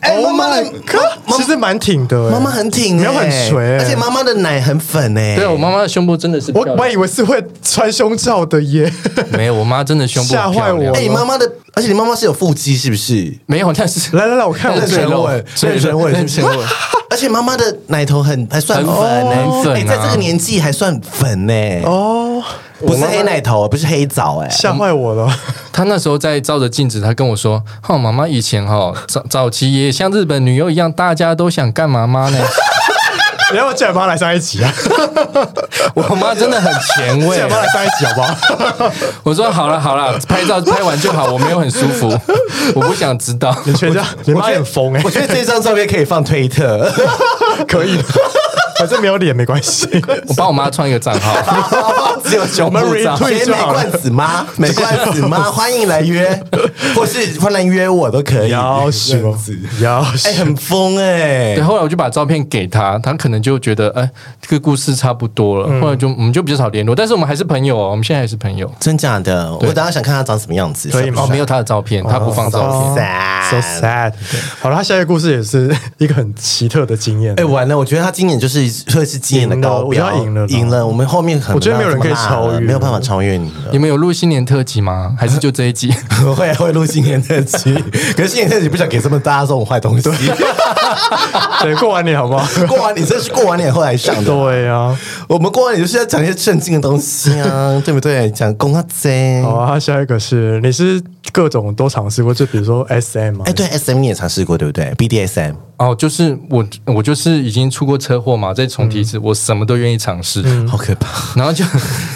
B: 哎，妈
A: ，Oh
B: 妈
A: my
B: 的
A: god，其实蛮挺的欸，
B: 妈妈很挺欸，
A: 没有很垂欸
B: 而且妈妈的奶很粉哎。
C: 对我妈妈的胸部真的是漂
A: 我
C: 亮，
A: 我还以为是会穿胸罩的耶，
C: 没有，我妈真的胸部
A: 吓
C: 很
A: 坏
C: 漂
A: 我
C: 亮
B: 哎，你妈妈的，而且你妈妈是有腹肌是不是？
C: 没有，但是
A: 来来来，我看
C: 但
A: 我
C: 是
B: 认真
C: 赘肉
B: 问，
C: 赘
B: 认真
C: 肉
B: 问
C: 认真问。
B: 而且妈妈的奶头很还算粉
C: 很
B: 欸
C: 粉很粉
B: 哎
C: 啊
B: 在这个年纪还算粉呢。
A: 哦，
B: 不是黑奶头，不是黑枣哎。
A: 吓坏我了，
C: 他那时候在照着镜子，他跟我说：“哦，妈妈以前哈、哦、早早期也像日本女优一样，大家都想干妈妈呢。
A: 你要不要叫你妈来上一集啊？
C: 我妈真的很前 卫
A: 叫你。妈来上一集啊好不好？
C: 我说好了好了，拍照拍完就好，我没有很舒服，我不想知道。
A: 你全家，你妈很疯哎
B: 我，觉得这张照片可以放推特，
A: 可以，反正没有脸没关系。
C: 我帮我妈创一个账 号，
B: 只有熊
A: 我们
B: 部长
A: retweet
B: 谁
A: 就
B: 美
A: 好了
B: 罐 子妈，美罐子妈，欢迎来约，或是欢迎来约我都可以。
A: 要死
B: 这样
A: 哦
B: 子，
A: 要
B: 哎、
A: 死！
B: 很疯哎、
C: 对，后来我就把照片给他，他可能就觉得，哎，这个故事差不多了，后来就我们就比较少联络，但是我们还是朋友哦，我们现在还是朋友。
B: 真假的？我等下想看他长什么样子。
A: 可以吗
C: 哦，没有他的照片，他不放照
B: 嗯
C: 片。
B: 哦
A: So sad。好了，他下一个故事也是一个很奇特的经验。
B: 哎、完了！我觉得他今年就是会是今年的高
A: 赢了
B: 标，
A: 我觉得他赢了
B: 赢了。我们后面很
A: 我觉得没有人可以
B: 这么辣了
A: 超越
B: 没有办法超越你了。
C: 你们有录新年特辑吗？还是就这一集？
B: 会啊会录新年特辑，可是新年特辑不想给这么大家这种坏东西。
A: 对，过完年好不好？
B: 过完年这是过完年后来上的，
A: 对啊，
B: 我们过完年就是要讲一些正经的东西 啊，对不对？讲公阿贼。
A: 好啊。他下一个是你是各种都尝试过，就比如说 SM 嘛
B: 哎、，对，S M 你也尝试过对不对？BDSM
C: 哦，就是我，我就是已经出过车祸嘛，再重提一次，我什么都愿意尝试。
A: 嗯
B: 好可 怕，
C: 然后就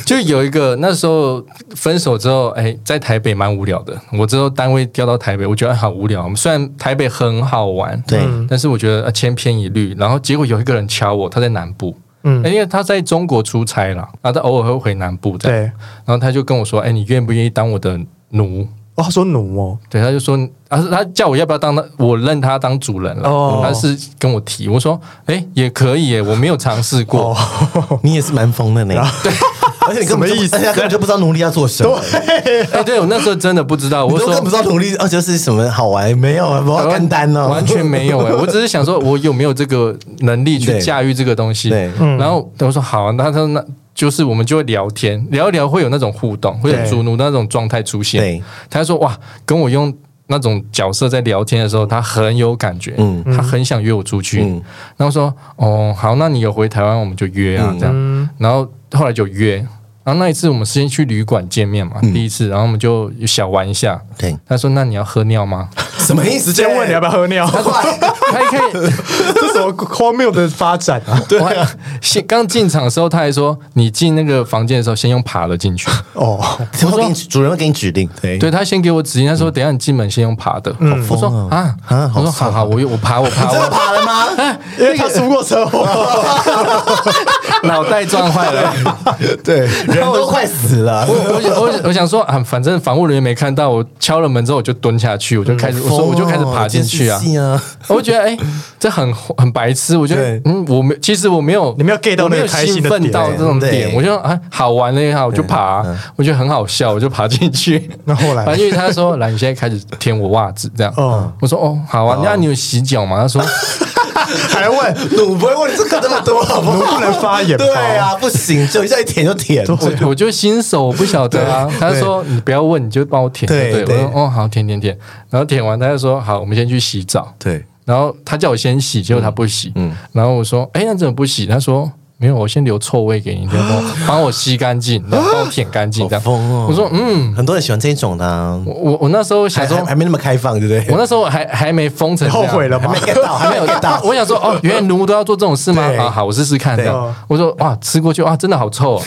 C: 就有一个那时候分手之后，哎，在台北蛮无聊的。我之后单位调到台北，我觉得哎好无聊。虽然台北很好玩，
B: 对
C: 但是我觉得呃千篇一律。然后结果有一个人敲我，他在南部，
A: 嗯
C: 嗯，因为他在中国出差了，然后他偶尔会回南部这样。
A: 对。
C: 然后他就跟我说：“哎，你愿不愿意当我的奴？”
A: 哦，他说奴哦，
C: 对，他就说，啊，他叫我要不要当他，我认他当主人了。
A: 哦
C: 他是跟我提，我说，哎、也可以耶，我没有尝试过。
B: 你也是蛮疯的呢。 对，而且你根本就
A: 哦什么意思
B: 而且他根本就不知道奴隶要做什么，
C: 哎、对我那时候真的不知 道，
B: 我
C: 我
B: 都根
C: 说
B: 本不知道奴隶，而且是什么好玩没有啊？不要干单哦，
C: 完全没 有哎，我只是想说，我有没有这个能力去
B: 对
C: 驾驭这个东西？
B: 对
C: 然后我说好、啊，那他说那就是我们就会聊天，聊一聊会有那种互动，会有
A: 对
C: 主奴那种状态出现
B: 对。
C: 他说哇，跟我用那种角色在聊天的时候，他很有感觉，
B: 嗯
C: 他很想约我出去。
B: 嗯
C: 然后说哦好，那你有回台湾我们就约啊、
B: 嗯
C: 这样。然后后来就约。然后那一次我们先去旅馆见面
B: 嗯
C: 嘛，第一次，然后我们就小玩一下。
B: 对，
C: 他说：“那你要喝尿吗？”
B: 什么意思？
A: 直接问你
C: 啊
A: 要不要喝尿，
C: 他一开始
A: 这什么荒谬的发展啊！
C: 对、先刚进场的时候，他还说你进那个房间的时候，先用爬的进去。
A: 哦，
B: 我给你主人会给你指令，对
C: 对他先给我指令，他说等一下你进门先用爬的。我说
B: 疯哦
C: 啊
B: 啊好
C: 我说
B: 爽
C: 好
B: 哦
C: 好，我有我爬我爬
B: 真 的
C: 我
B: 爬了吗？
A: 因为他出过车祸，
C: 脑袋撞坏了。
B: 对， 人都快死了
C: 我。我想我我想说啊，反正防务人员没看到我敲了门之后，我就蹲下去，我就开始我说我就开始爬进去
B: 电。
C: 啊
B: 视剧啊！
C: 我觉得哎、这很很白痴。我觉得
B: 对
C: 嗯，我没其实我没有
A: 你没有 get 到
C: 我没
A: 那
C: 有
A: 个开心
C: 兴
A: 的
C: 奋
A: 点嗯
C: 到这种
B: 对
C: 点，我就啊好玩了也好，我就爬啊、我觉得很好笑，我就爬进去。
A: 那后来
C: 反正因为他说来，你现在开始舔我袜子这样。
A: 嗯
C: 我说哦好啊，那你有洗脚吗？ 他说
A: 还问
B: 我不会问你这个这 么 多，好不
A: 奴
B: 好？
A: 不能发言吧
B: 对啊，不行，就一下一舔就舔。
C: 我我就新手，我不晓得啊。他说你不要问，你就帮我舔。
B: 对
C: 对，
B: 对
C: 我说哦好舔舔舔，然后舔完他就说好，我们先去洗澡。
B: 对，
C: 然后他叫我先洗，结果他不洗。
B: 嗯
C: 然后我说：“哎，那怎么不洗？”他说：“没有，我先留臭味给你，你就 帮我帮我吸干净，然后帮我舔干净。”这样
B: 好疯哦
C: 我说：“嗯，
B: 很多人喜欢这种的啊，
C: 我我我那时候
B: 还
C: 想哎说
B: 还，还没那么开放，对不
C: 我
B: 对？
C: 那时候还还没疯成这
A: 后
C: 样
A: 悔了
B: 还
A: 吗
B: 没？get 到，还没有 get 到。
C: 我想说，哦，原来奴都要做这种事吗？
B: 对哦
C: 啊，好，我试试看。这
A: 对
C: 样我说，哇，吃过去，哇，真的好臭、哦。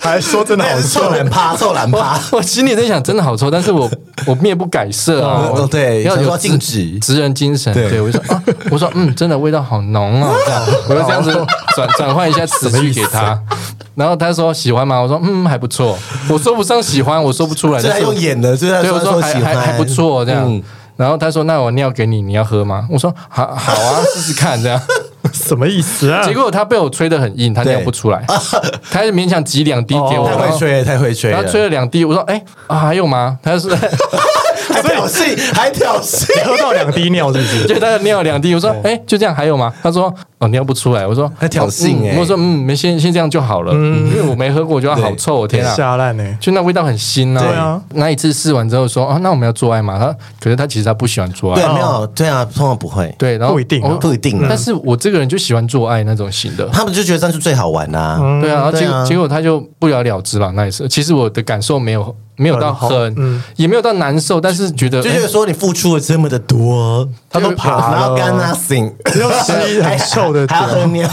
A: 还说真的
B: 那
A: 好
B: 也是臭
A: 臭，
B: 懒 趴，臭懒趴。
C: 啊我心里在想，真的好臭，但是我我面不改色啊
B: 哦。
C: 我
B: 对
C: 要
B: 想
C: 有
B: 说禁
C: 职
B: 止
C: 职人精神。
B: 对
C: 对，我就说啊，我说嗯，真的味道好浓啊，这样我就这样子转转换一下词句给他。然后他说喜欢吗？我说嗯，还不错。我说不上喜欢，我说不出来。
B: 这还
C: 但是我
B: 用演的，这还
C: 对，我说还
B: 喜
C: 还
B: 欢，
C: 还不错这样
B: 嗯。
C: 然后他说：“那我尿给你，你要喝吗？”我说：“好好啊，试试看这样。”
A: 什么意思啊？
C: 结果他被我吹得很硬，他
B: 对哦
C: 尿不出 来，他就勉强挤两滴给我，
B: 太
C: 然
B: 会
C: 后
B: 吹了，太会吹
C: 然
B: 了
C: 后，吹了两滴，我说：“哎、啊，还有吗？”他 就说：“
B: 还挑衅，还挑衅。
A: 喝到两滴尿是不是？
C: 就他尿两滴。”我说：“哎、就这样还有吗？”他说：“哦，尿不出来。”我说：“
B: 他挑衅
C: 嗯
B: 欸
C: 我说：“嗯，没先先这样就好了，因为我没喝过，我觉得好臭，我 天啊！”
A: 下烂欸呢、
C: 就那味道很腥啊！
A: 对啊，
C: 那一次试完之后说啊，那我们要做爱嘛？他可是他其实他不喜欢做
B: 对
C: 爱，
A: 哦
B: 啊，没有，对啊，通常不会，
C: 对，然后
A: 不一定啊
C: 我
B: 不一定啊
C: 但是我这个人就喜欢做爱那种型的，
B: 他们就觉得这样就最好玩啦。
A: 嗯
C: 对啊，然后结
B: 对
C: 果、
B: 啊
C: 结果他就不了了之吧。那一次，其实我的感受没有没有到
A: 很好
C: 很，也没有到难受，但是觉得
B: 就觉得
C: 哎
B: 说你付出了这么的多，
A: 他都爬
B: 然
A: 了
B: 后干 nothing，
A: 要 吸很臭的
B: 还要喝
A: 点，
B: 尿，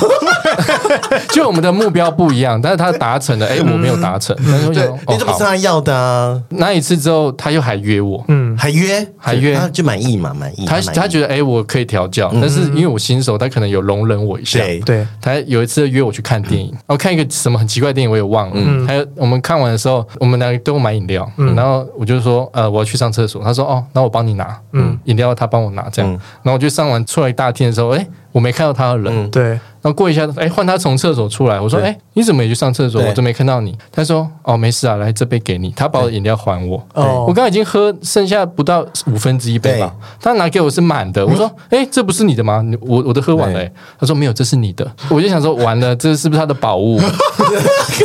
C: 就我们的目标不一样，但是他达成了，哎，我没有达成，但是我想
B: 嗯对
C: 说，
B: 你
C: 哦
B: 这不是
C: 好。
B: 他要的啊，
C: 那一次之后，他又还约我，嗯，
B: 嗯，还约
C: 还约
B: 他就满意嘛，满意。
C: 他
B: 满意
C: 他觉得哎、诶我可以调教，但是因为我新手，他可能有容忍我一下。
B: 对
A: 对，
C: 他有一次约我去看电
B: 嗯
C: 影，我、看一个什么很奇怪的电影，我也忘了。还有我们看完的时候，我们两个都买饮料，
B: 嗯
C: 然后我就说呃我要去上厕所，他说哦，那我帮你拿，嗯，饮料他帮我拿这
B: 嗯
C: 样。然后我就上完出来大厅的时候，哎、我没看到他的人，
B: 嗯
A: 对，
C: 然后过一下，哎，换他从厕所出来，我说，
B: 对
C: 哎，你怎么也去上厕所？
B: 对
C: 我都没看到你。他说，哦，没事啊，来这杯给你。他把我的饮料还我，
A: 哦
C: 我刚刚已经喝剩下不到五分之一杯吧，他拿给我是 满的。我说，哎，这不是你的吗？你我我都喝完了。哎他说没有，这是你的。我就想说，完了，这是不是他的 宝物？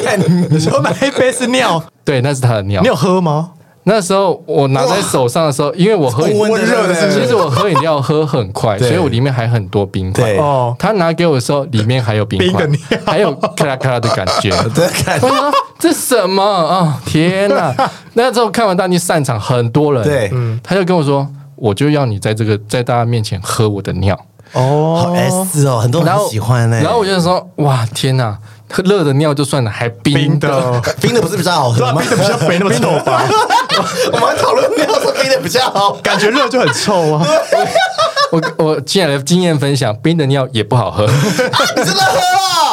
B: 看你
A: 你说买一杯是尿，
C: 对，那是他的尿
A: 你。有喝吗？
C: 那时候我拿在手上的时候，因为我喝饮
B: 温热的是不是
C: 其实我喝饮料喝很快，
B: 对
C: 所以我里面还很多冰块
B: 对。
A: 哦，
C: 他拿给我的时候，里面还有冰块
A: 冰的尿，
C: 还有咔啦咔啦的感 觉。
B: 对看
C: 我想说哦这什么啊、天哪！ 那时候看完大逆散场，很多人，
B: 对，
C: 他就跟我说，我就要你在这个在大家面前喝我的尿，
B: 好
A: 哦，
B: S 哦，很多人
C: 然后
B: 很喜欢呢。
C: 然后我就说，哇，天哪！喝热的尿就算了，还冰
A: 冰
C: 的，
A: 的，
B: 冰的不是比较好
A: 对
B: 喝
A: 啊，
B: 吗
A: 冰？的比较没那么臭吧？
B: 我们还讨论尿说冰的比较好，
A: 感觉热就很臭 啊。
C: 我我进来的经验分享，冰的尿也 不好喝，
B: 你真的喝了？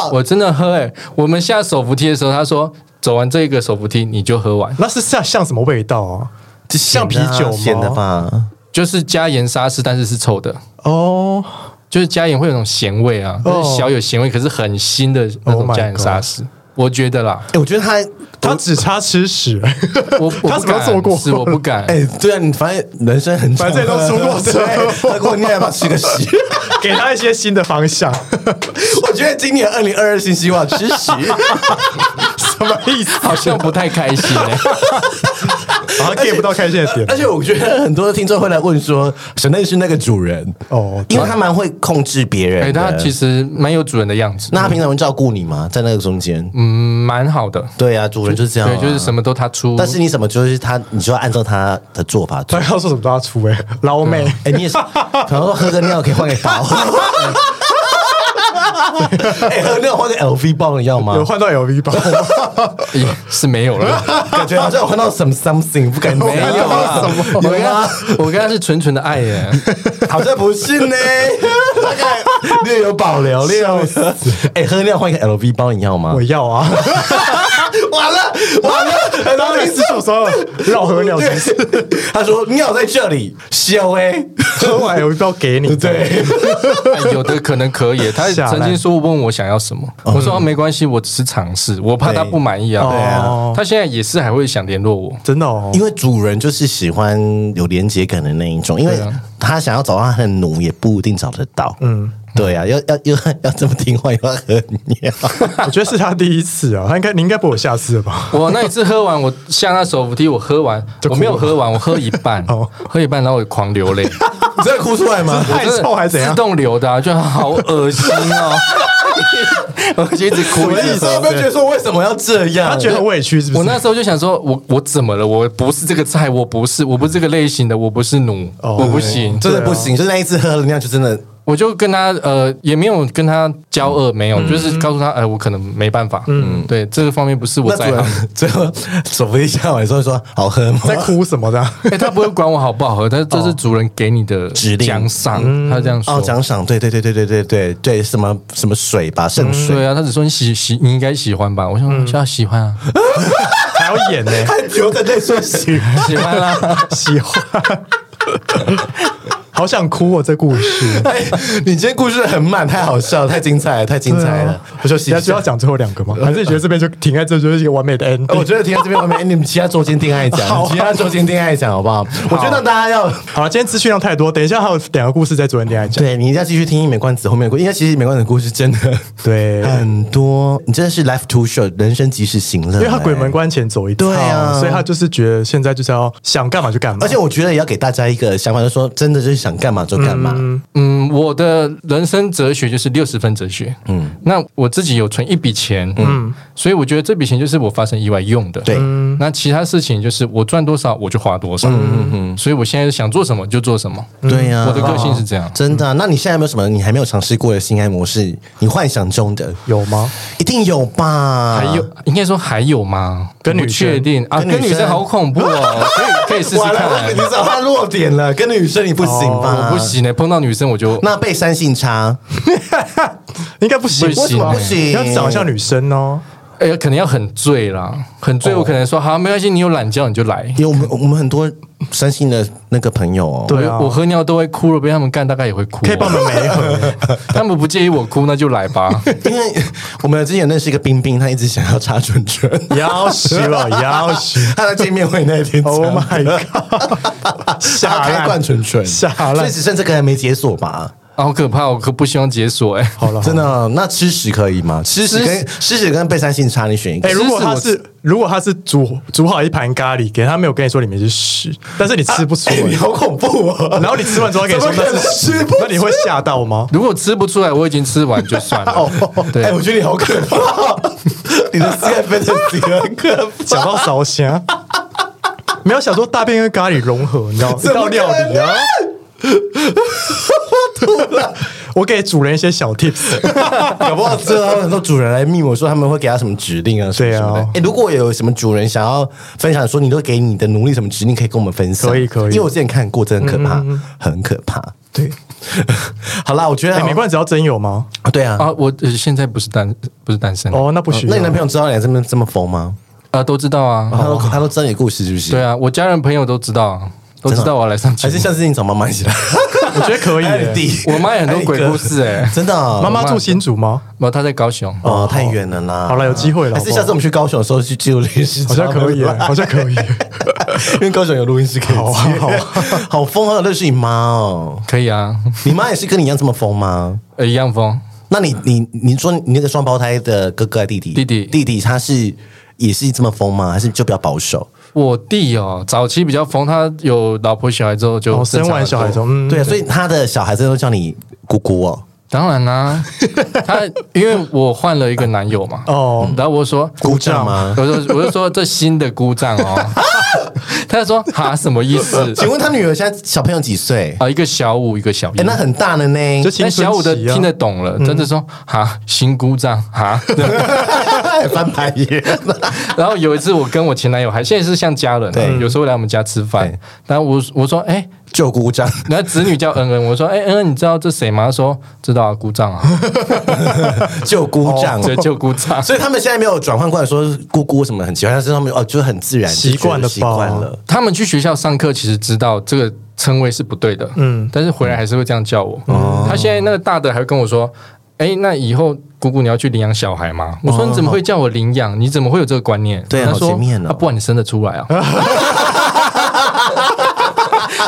B: 哦
C: 我真的喝哎、我们下手扶梯的时候，他说走完这个手扶梯你就喝完，
A: 那是像像什么味道啊？像啤酒吗？
B: 咸的吧？
C: 就是加盐沙士，但是是臭的。
A: 哦，
C: 就是加盐会有那种咸味啊，
A: 哦
C: 就是小有咸味，可是很腥的那种
A: Oh my
C: 加盐沙士。我觉得啦，
B: 哎，我觉得他
A: 他只差吃 屎，
C: 我我
A: 他
C: 不
A: 怎么
C: 敢
A: 都做过？
C: 是我不敢。
B: 哎，对啊，你反正人生很长，啊
A: 反正都出过车
B: 对喝过尿要不要吃个屎？
A: 给他一些新的方 向，
B: 我觉得今年二零二二新希望吃屎，
A: 什么意思？
C: 好像不太开心哎、
A: 好像 get 不到开心的点
B: 而。且我觉得很多听众会来问说，神内是那个主人
A: 哦
B: 因为他蛮会控制别人
C: 哎、
B: 的。
C: 他其实蛮有主人的样子，
B: 那他平常会照顾你吗？在那个中间，
C: 嗯，蛮好的，
B: 对啊，主人就是这样啊，
C: 对，就是什么都他出。
B: 但是你怎么就是他，你就要按照他的做法 做
A: 他。要说什么都要出哎，捞妹
B: 哎、你也是，比方说喝个尿可以换个包， 哎、喝尿换个 LV 包，你要吗
A: 有？换到 LV 吧？
C: 哎是没有了，
B: 感觉好像有换到什么 something，不敢
C: 没有啊
B: 什么，
C: 我
B: 有
C: 跟他
B: 吗？，
C: 我跟他是纯纯的爱耶、
B: 好像不是呢，大概略有保留，略有。 哎、喝尿换个 LV 包，你要吗
A: 我？要啊！
B: 完了完了，很
A: 然后那
B: 多人
A: 次我说让我喝尿，
B: 对， 他说尿在这里，小哎，
A: 喝完 LV 包给你。
B: 对，
C: 哎有的可能可以，他
A: 下来
C: 曾经说问我想要什么，我说、啊、没关系，我只是尝试，我怕他不满意
A: 哦对
C: 啊。
A: 啊，
C: 他现在也是还会想联络我，
A: 真的哦，
B: 因为主人就是喜欢有连接感的那一种，因为他想要找到他的奴，也不一定找得到。啊嗯，对啊，要要要要这么听话，又要喝尿，
A: 我觉得是他第一次啊，他应该你应该不会有下次了吧？
C: 我那一次喝完，我下那手扶梯，我喝完，
A: 就哭
C: 我
A: 了
C: 没有喝完，我喝一半
A: 哦，
C: 喝一半，然后我狂 流泪，
B: 你真的哭出来 吗？
A: 太
C: 真的
A: 臭还是怎样
C: 自？动流的、啊，就好恶心哦， 我就一直哭，一直
B: 你有
C: 喝
B: 没有觉得说为什么要这样？
A: 他觉得很委屈是不
C: 我
A: 是？
C: 那时候就想说，我我怎么了？我不是这个菜，我不是，我不是这个类型的，我不是奴，
A: 哦
C: 我不行。
B: 真的不
A: 啊
B: 行，就是那一次喝了尿，就真的
C: 我就跟他呃，也没有跟他交恶，没
A: 嗯
C: 有，就是告诉他，哎、我可能没办法，嗯，对，这个方面不是我
B: 那主
C: 在行。
B: 人 最后手扶一下我说说好喝吗？
A: 在哭什么的？
C: 哎、他不会管我好不好喝，但是
A: 哦
C: 这是主人给你的
B: 指令
C: 奖赏，
A: 嗯
C: 他这样说。
B: 哦，奖赏，对对对对对对对对，什么什么水吧，圣水，
C: 对
A: 嗯
C: 啊，他只说你喜喜，你应该喜欢吧？我想说要喜欢啊，
A: 还要演呢？
B: 留着再说行。
C: 喜欢啦、
A: 喜 欢，好想哭哦！这故事，
B: 哎，你今天故事很满，太好笑了，太精彩了，太精彩了。我说
A: 啊你还需要讲最后两个吗？还是你觉得这边就停在这就是一个完美的 ending？
B: 呃我觉得停在这边，我们你们其他周间定 爱
A: 好
B: 讲，
A: 啊
B: 其他周间定爱讲好不好？我觉得大家要
A: 好了，今天资讯量太多，等一下还有两个故事在昨天恋爱讲。
B: 对你一定要继续听一美冠子后面的故事，因为其实美冠子的故事真的
A: 对，
B: 很多，你真的是 life to show 人生及时行乐，
A: 因为他鬼门关前走一趟，
B: 对啊
A: 所以他就是觉得现在就是要想干嘛就干嘛。
B: 而且我觉得也要给大家一个想法，就是说真的就是想干嘛就干嘛，
C: 嗯，我的人生哲学就是六十分哲学。嗯，那我自己有存一笔钱，嗯，所以我觉得这笔钱就是我发生意外用的。
B: 对
C: 那其他事情就是我赚多少我就花多少。嗯嗯嗯。所以我现在想做什么就做什么。
B: 对呀、
C: 我的个性是这样。
B: 真啊的啊、那你现在有没有什么你还没有尝试过的性爱模式？你幻想中的
A: 有吗？
B: 一定有吧？
C: 还有，应该说还有吗？
A: 跟女
C: 不确
A: 生
C: 定啊，
B: 跟
C: 跟
B: 女
C: 女
B: 生
C: 生好恐怖哦， 可以可以试试
B: 完
C: 看
B: 了，你
C: 欸。
B: 找他弱点了，跟女生你不行吧？
C: 我不。行欸碰到女生我就
B: 那被三性差，
A: 应该不行，
C: 不行
A: 为什么
B: 不行
A: 要长得像女生哦。
C: 哎，可能要很醉啦，很醉，我可能说好，没关系，你有懒觉你就来。
B: 因为我们我们很多三性的那个朋友哦，
A: 对啊
C: 我我喝尿都会哭了，被他们干大概也会 哭哦。
A: 可以帮我们美一会，
C: 他们不介意我哭，那就来吧。
B: 因为我们之前认识一个冰冰，她一直想要插准准，
A: 要死了，要 死
B: 她在见面会那一天讲
A: ！Oh my god！
B: 她
A: 下
B: 开
A: 烂
B: 罐纯纯，
A: 下
B: 所
A: 烂
B: 以，只剩这个还没解锁吧？
C: 啊好可怕，我可不希望解锁哎、
A: 好了，
B: 真的哦，那吃屎可以吗？吃屎跟吃屎跟被三性差，你选一个
A: 哎、。如果
C: 其实
A: 他
C: 我
A: 是如果他是煮煮好一盘咖喱给他，没有跟你说里面是屎，但是你吃不出来，
B: 哎你好恐怖哦！
A: 然 后你吃完之后他跟你说
B: 怎么
A: 那
B: 可能
A: 是
B: 吃
A: 屎
B: 不，
A: 那你会吓到吗？
C: 如果吃不出来，我已经 吃完就算
A: 哦
C: 了。对，
B: 哎，我觉得你好可怕，你的 C F 的 C 很可怕。
A: 讲到烧 香，没有想说大便跟咖喱融合，你知道一
B: 怎么
A: 道
B: 可能
A: 料理啊。我给主人一些小 tips，
B: 搞不好之后很多主人来密我说他们会给他什么指令啊，什么
A: 对啊
B: 什么的。哎、如果有什么主人想要分享说你都给你的奴隶什么指令，可以跟我们分享。
A: 可以可以嗯
B: 因为我之前看过，真的很可怕，很可怕。对， 好啦，我觉得、
A: 哎、你罐子要真有吗？
B: 啊对啊。
C: 啊，我呃现在不是单不是单身哦，
A: 哦，那不需要。
B: 那你男朋友知道你这么这么疯吗？
C: 啊都知道啊，
A: 哦
B: 他都他都知道你的故事是不是？
C: 对啊，我家人朋友都知道啊，都知道我要来上节
B: 还是
C: 目。
B: 下次你找妈妈一起来？
A: 我觉得可以、
B: 还 有你
A: 欸。
B: 弟
C: 我妈也很多鬼故事哎、
B: 真的哦、
A: 妈妈住新竹吗？
C: 没有她在高雄，
B: 哦，太远了啦。
A: 好了，有机会了。
B: 还是下次我们去高雄的时候去记录历史，
A: 好不好好像可以、欸，好像可以、
B: 因为高雄有录音室可以
A: 好啊好啊
B: 接。好疯啊！认识你妈哦，
C: 可以啊，
B: 你妈也是跟你一样这么疯吗？
C: 呃一样疯。
B: 那你你你说你那个双胞胎的哥哥还弟弟
C: 弟弟
B: 弟弟他是也是这么疯吗？还是就比较保守？
C: 我弟哦，早期比较疯，他有老婆小孩之后就
A: 哦，
C: 正
A: 生
C: 常
A: 完
C: 了
A: 小孩之后，嗯，
B: 对啊，所以他的小孩子都叫你姑姑哦。
C: 当然啦、啊他因为我换了一个男友嘛，
A: 哦
C: 哦，然后我说
B: 姑丈吗
C: 我就我就说这新的姑丈 哦，他就说哈什么意思
B: 请问他女儿现在小朋友几岁？
C: 啊？一个小五，一个小一
B: 哎，，那很大了 呢
A: 就。青
C: 但
A: 春期、
C: 小
A: 啊、
C: 五
B: 嗯
C: 的听得懂了，真的说哈新姑丈 哈。
B: 翻白眼，
C: 然后有一次我跟我前男友还现在是像家人
B: 对
C: 啊，有时候会来我们家吃饭
B: 对，
C: 然后我我说哎。
B: 就姑丈。
C: 然后子女叫恩恩，我说：“哎、恩恩，你知道这谁吗？”他说：“知道啊，姑丈啊，
B: 就姑
A: 哦
B: 丈，
C: 这就姑丈。”
B: 所以他们现在没有转换过来说姑姑什么很奇怪，但是他们哦，就是很自然
A: 习惯了吧
B: 就觉得习惯了。
C: 他们去学校上课，其实知道这个称谓是不对的，嗯，但是回来还是会这样叫我。
B: 嗯
C: 他现在那个大的还会跟我说：“哎、那以后姑姑你要去领养小孩吗？”我说：“你怎么会叫我领养？你怎么会有这个观念？”
B: 对啊
C: 他说
B: 哦好前面哦
C: 啊不然你生得出来啊？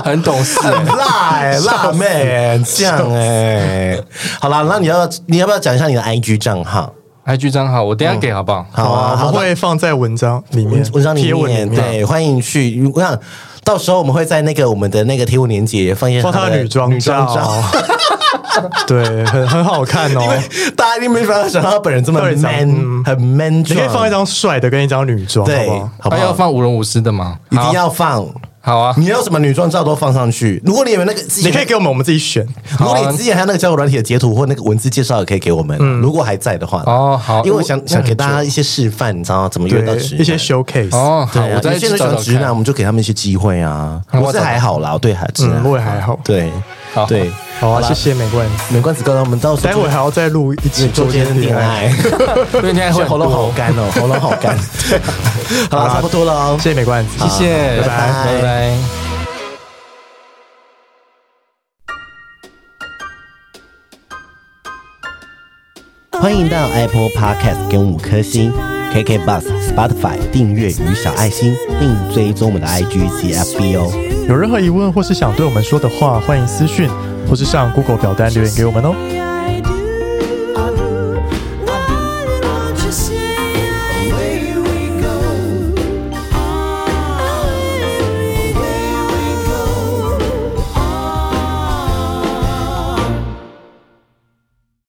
C: 很懂事、欸。
B: 辣哎、辣妹、欸，这样哎、好啦，那你要你要不要讲一下你的 IG 账号？
C: IG 账号我等一下给好不好？
B: 好
A: 好啊，
B: 啊，
A: 我
B: 好
A: 们
B: 的，
A: 会放在文章里面
B: 文，文章里
A: 贴文里
B: 面
A: 面。
B: 对，欢迎去。我想到时候我们会在那个我们的那个贴文链接放一 些
A: 放她
B: 的
A: 的女装
B: 女装照
A: 照。对，很很好看哦
B: 因。为大家一定没办法想到他本人这么
A: 到底长
B: man，、
A: 嗯
B: 很 man
A: 你
B: 壮。
A: 可以放一张帅的跟一张女装，好
B: 啊对，
A: 不好？
B: 好不
C: 啊要
B: 好？
C: 放舞龙舞狮的吗？
B: 一定要放。
C: 好好啊！
B: 你要什么女装照都放上去。如果你有那个，
A: 你可以给我们，我们自己选。
B: 如果你之前还有那个交友软体的截图或那个文字介绍，也可以给我们。如果还在的话，
C: 哦好
B: 因为我想想给大家一些示范，你知道怎么约到
A: 对
B: 直，男
A: 一些 showcase。
C: 哦，好，
B: 对啊
C: 我再
B: 有
C: 去
B: 些人喜
C: 找
B: 欢
C: 找
B: 直男，
C: 看。
B: 我们就给他们一些机会啊。
C: 嗯
B: 我是还好啦，我对还直男
A: 嗯，我也还好。
B: 对
C: 好
B: 对，
A: 好啊，谢谢玫瑰。
B: 没关系，刚刚我们到时候
A: 待会还要再录一集
B: 做
A: 周
B: 天
A: 间
B: 恋
A: 恋爱。
B: 爱，
C: 对，你还会
B: 喉咙好干哦，喉咙好干。好了，差不多了哦，
A: 谢谢玫瑰子，
C: 谢谢，
A: 拜拜
C: 拜拜。
B: 欢迎到 Apple Podcast 给我们五颗星，KK Bus、Spotify 订阅与小爱心，并追踪我们的 IG 及 FB 哦。
A: 有任何疑问或是想对我们说的话，欢迎私讯或是上 Google 表单留言给我们哦。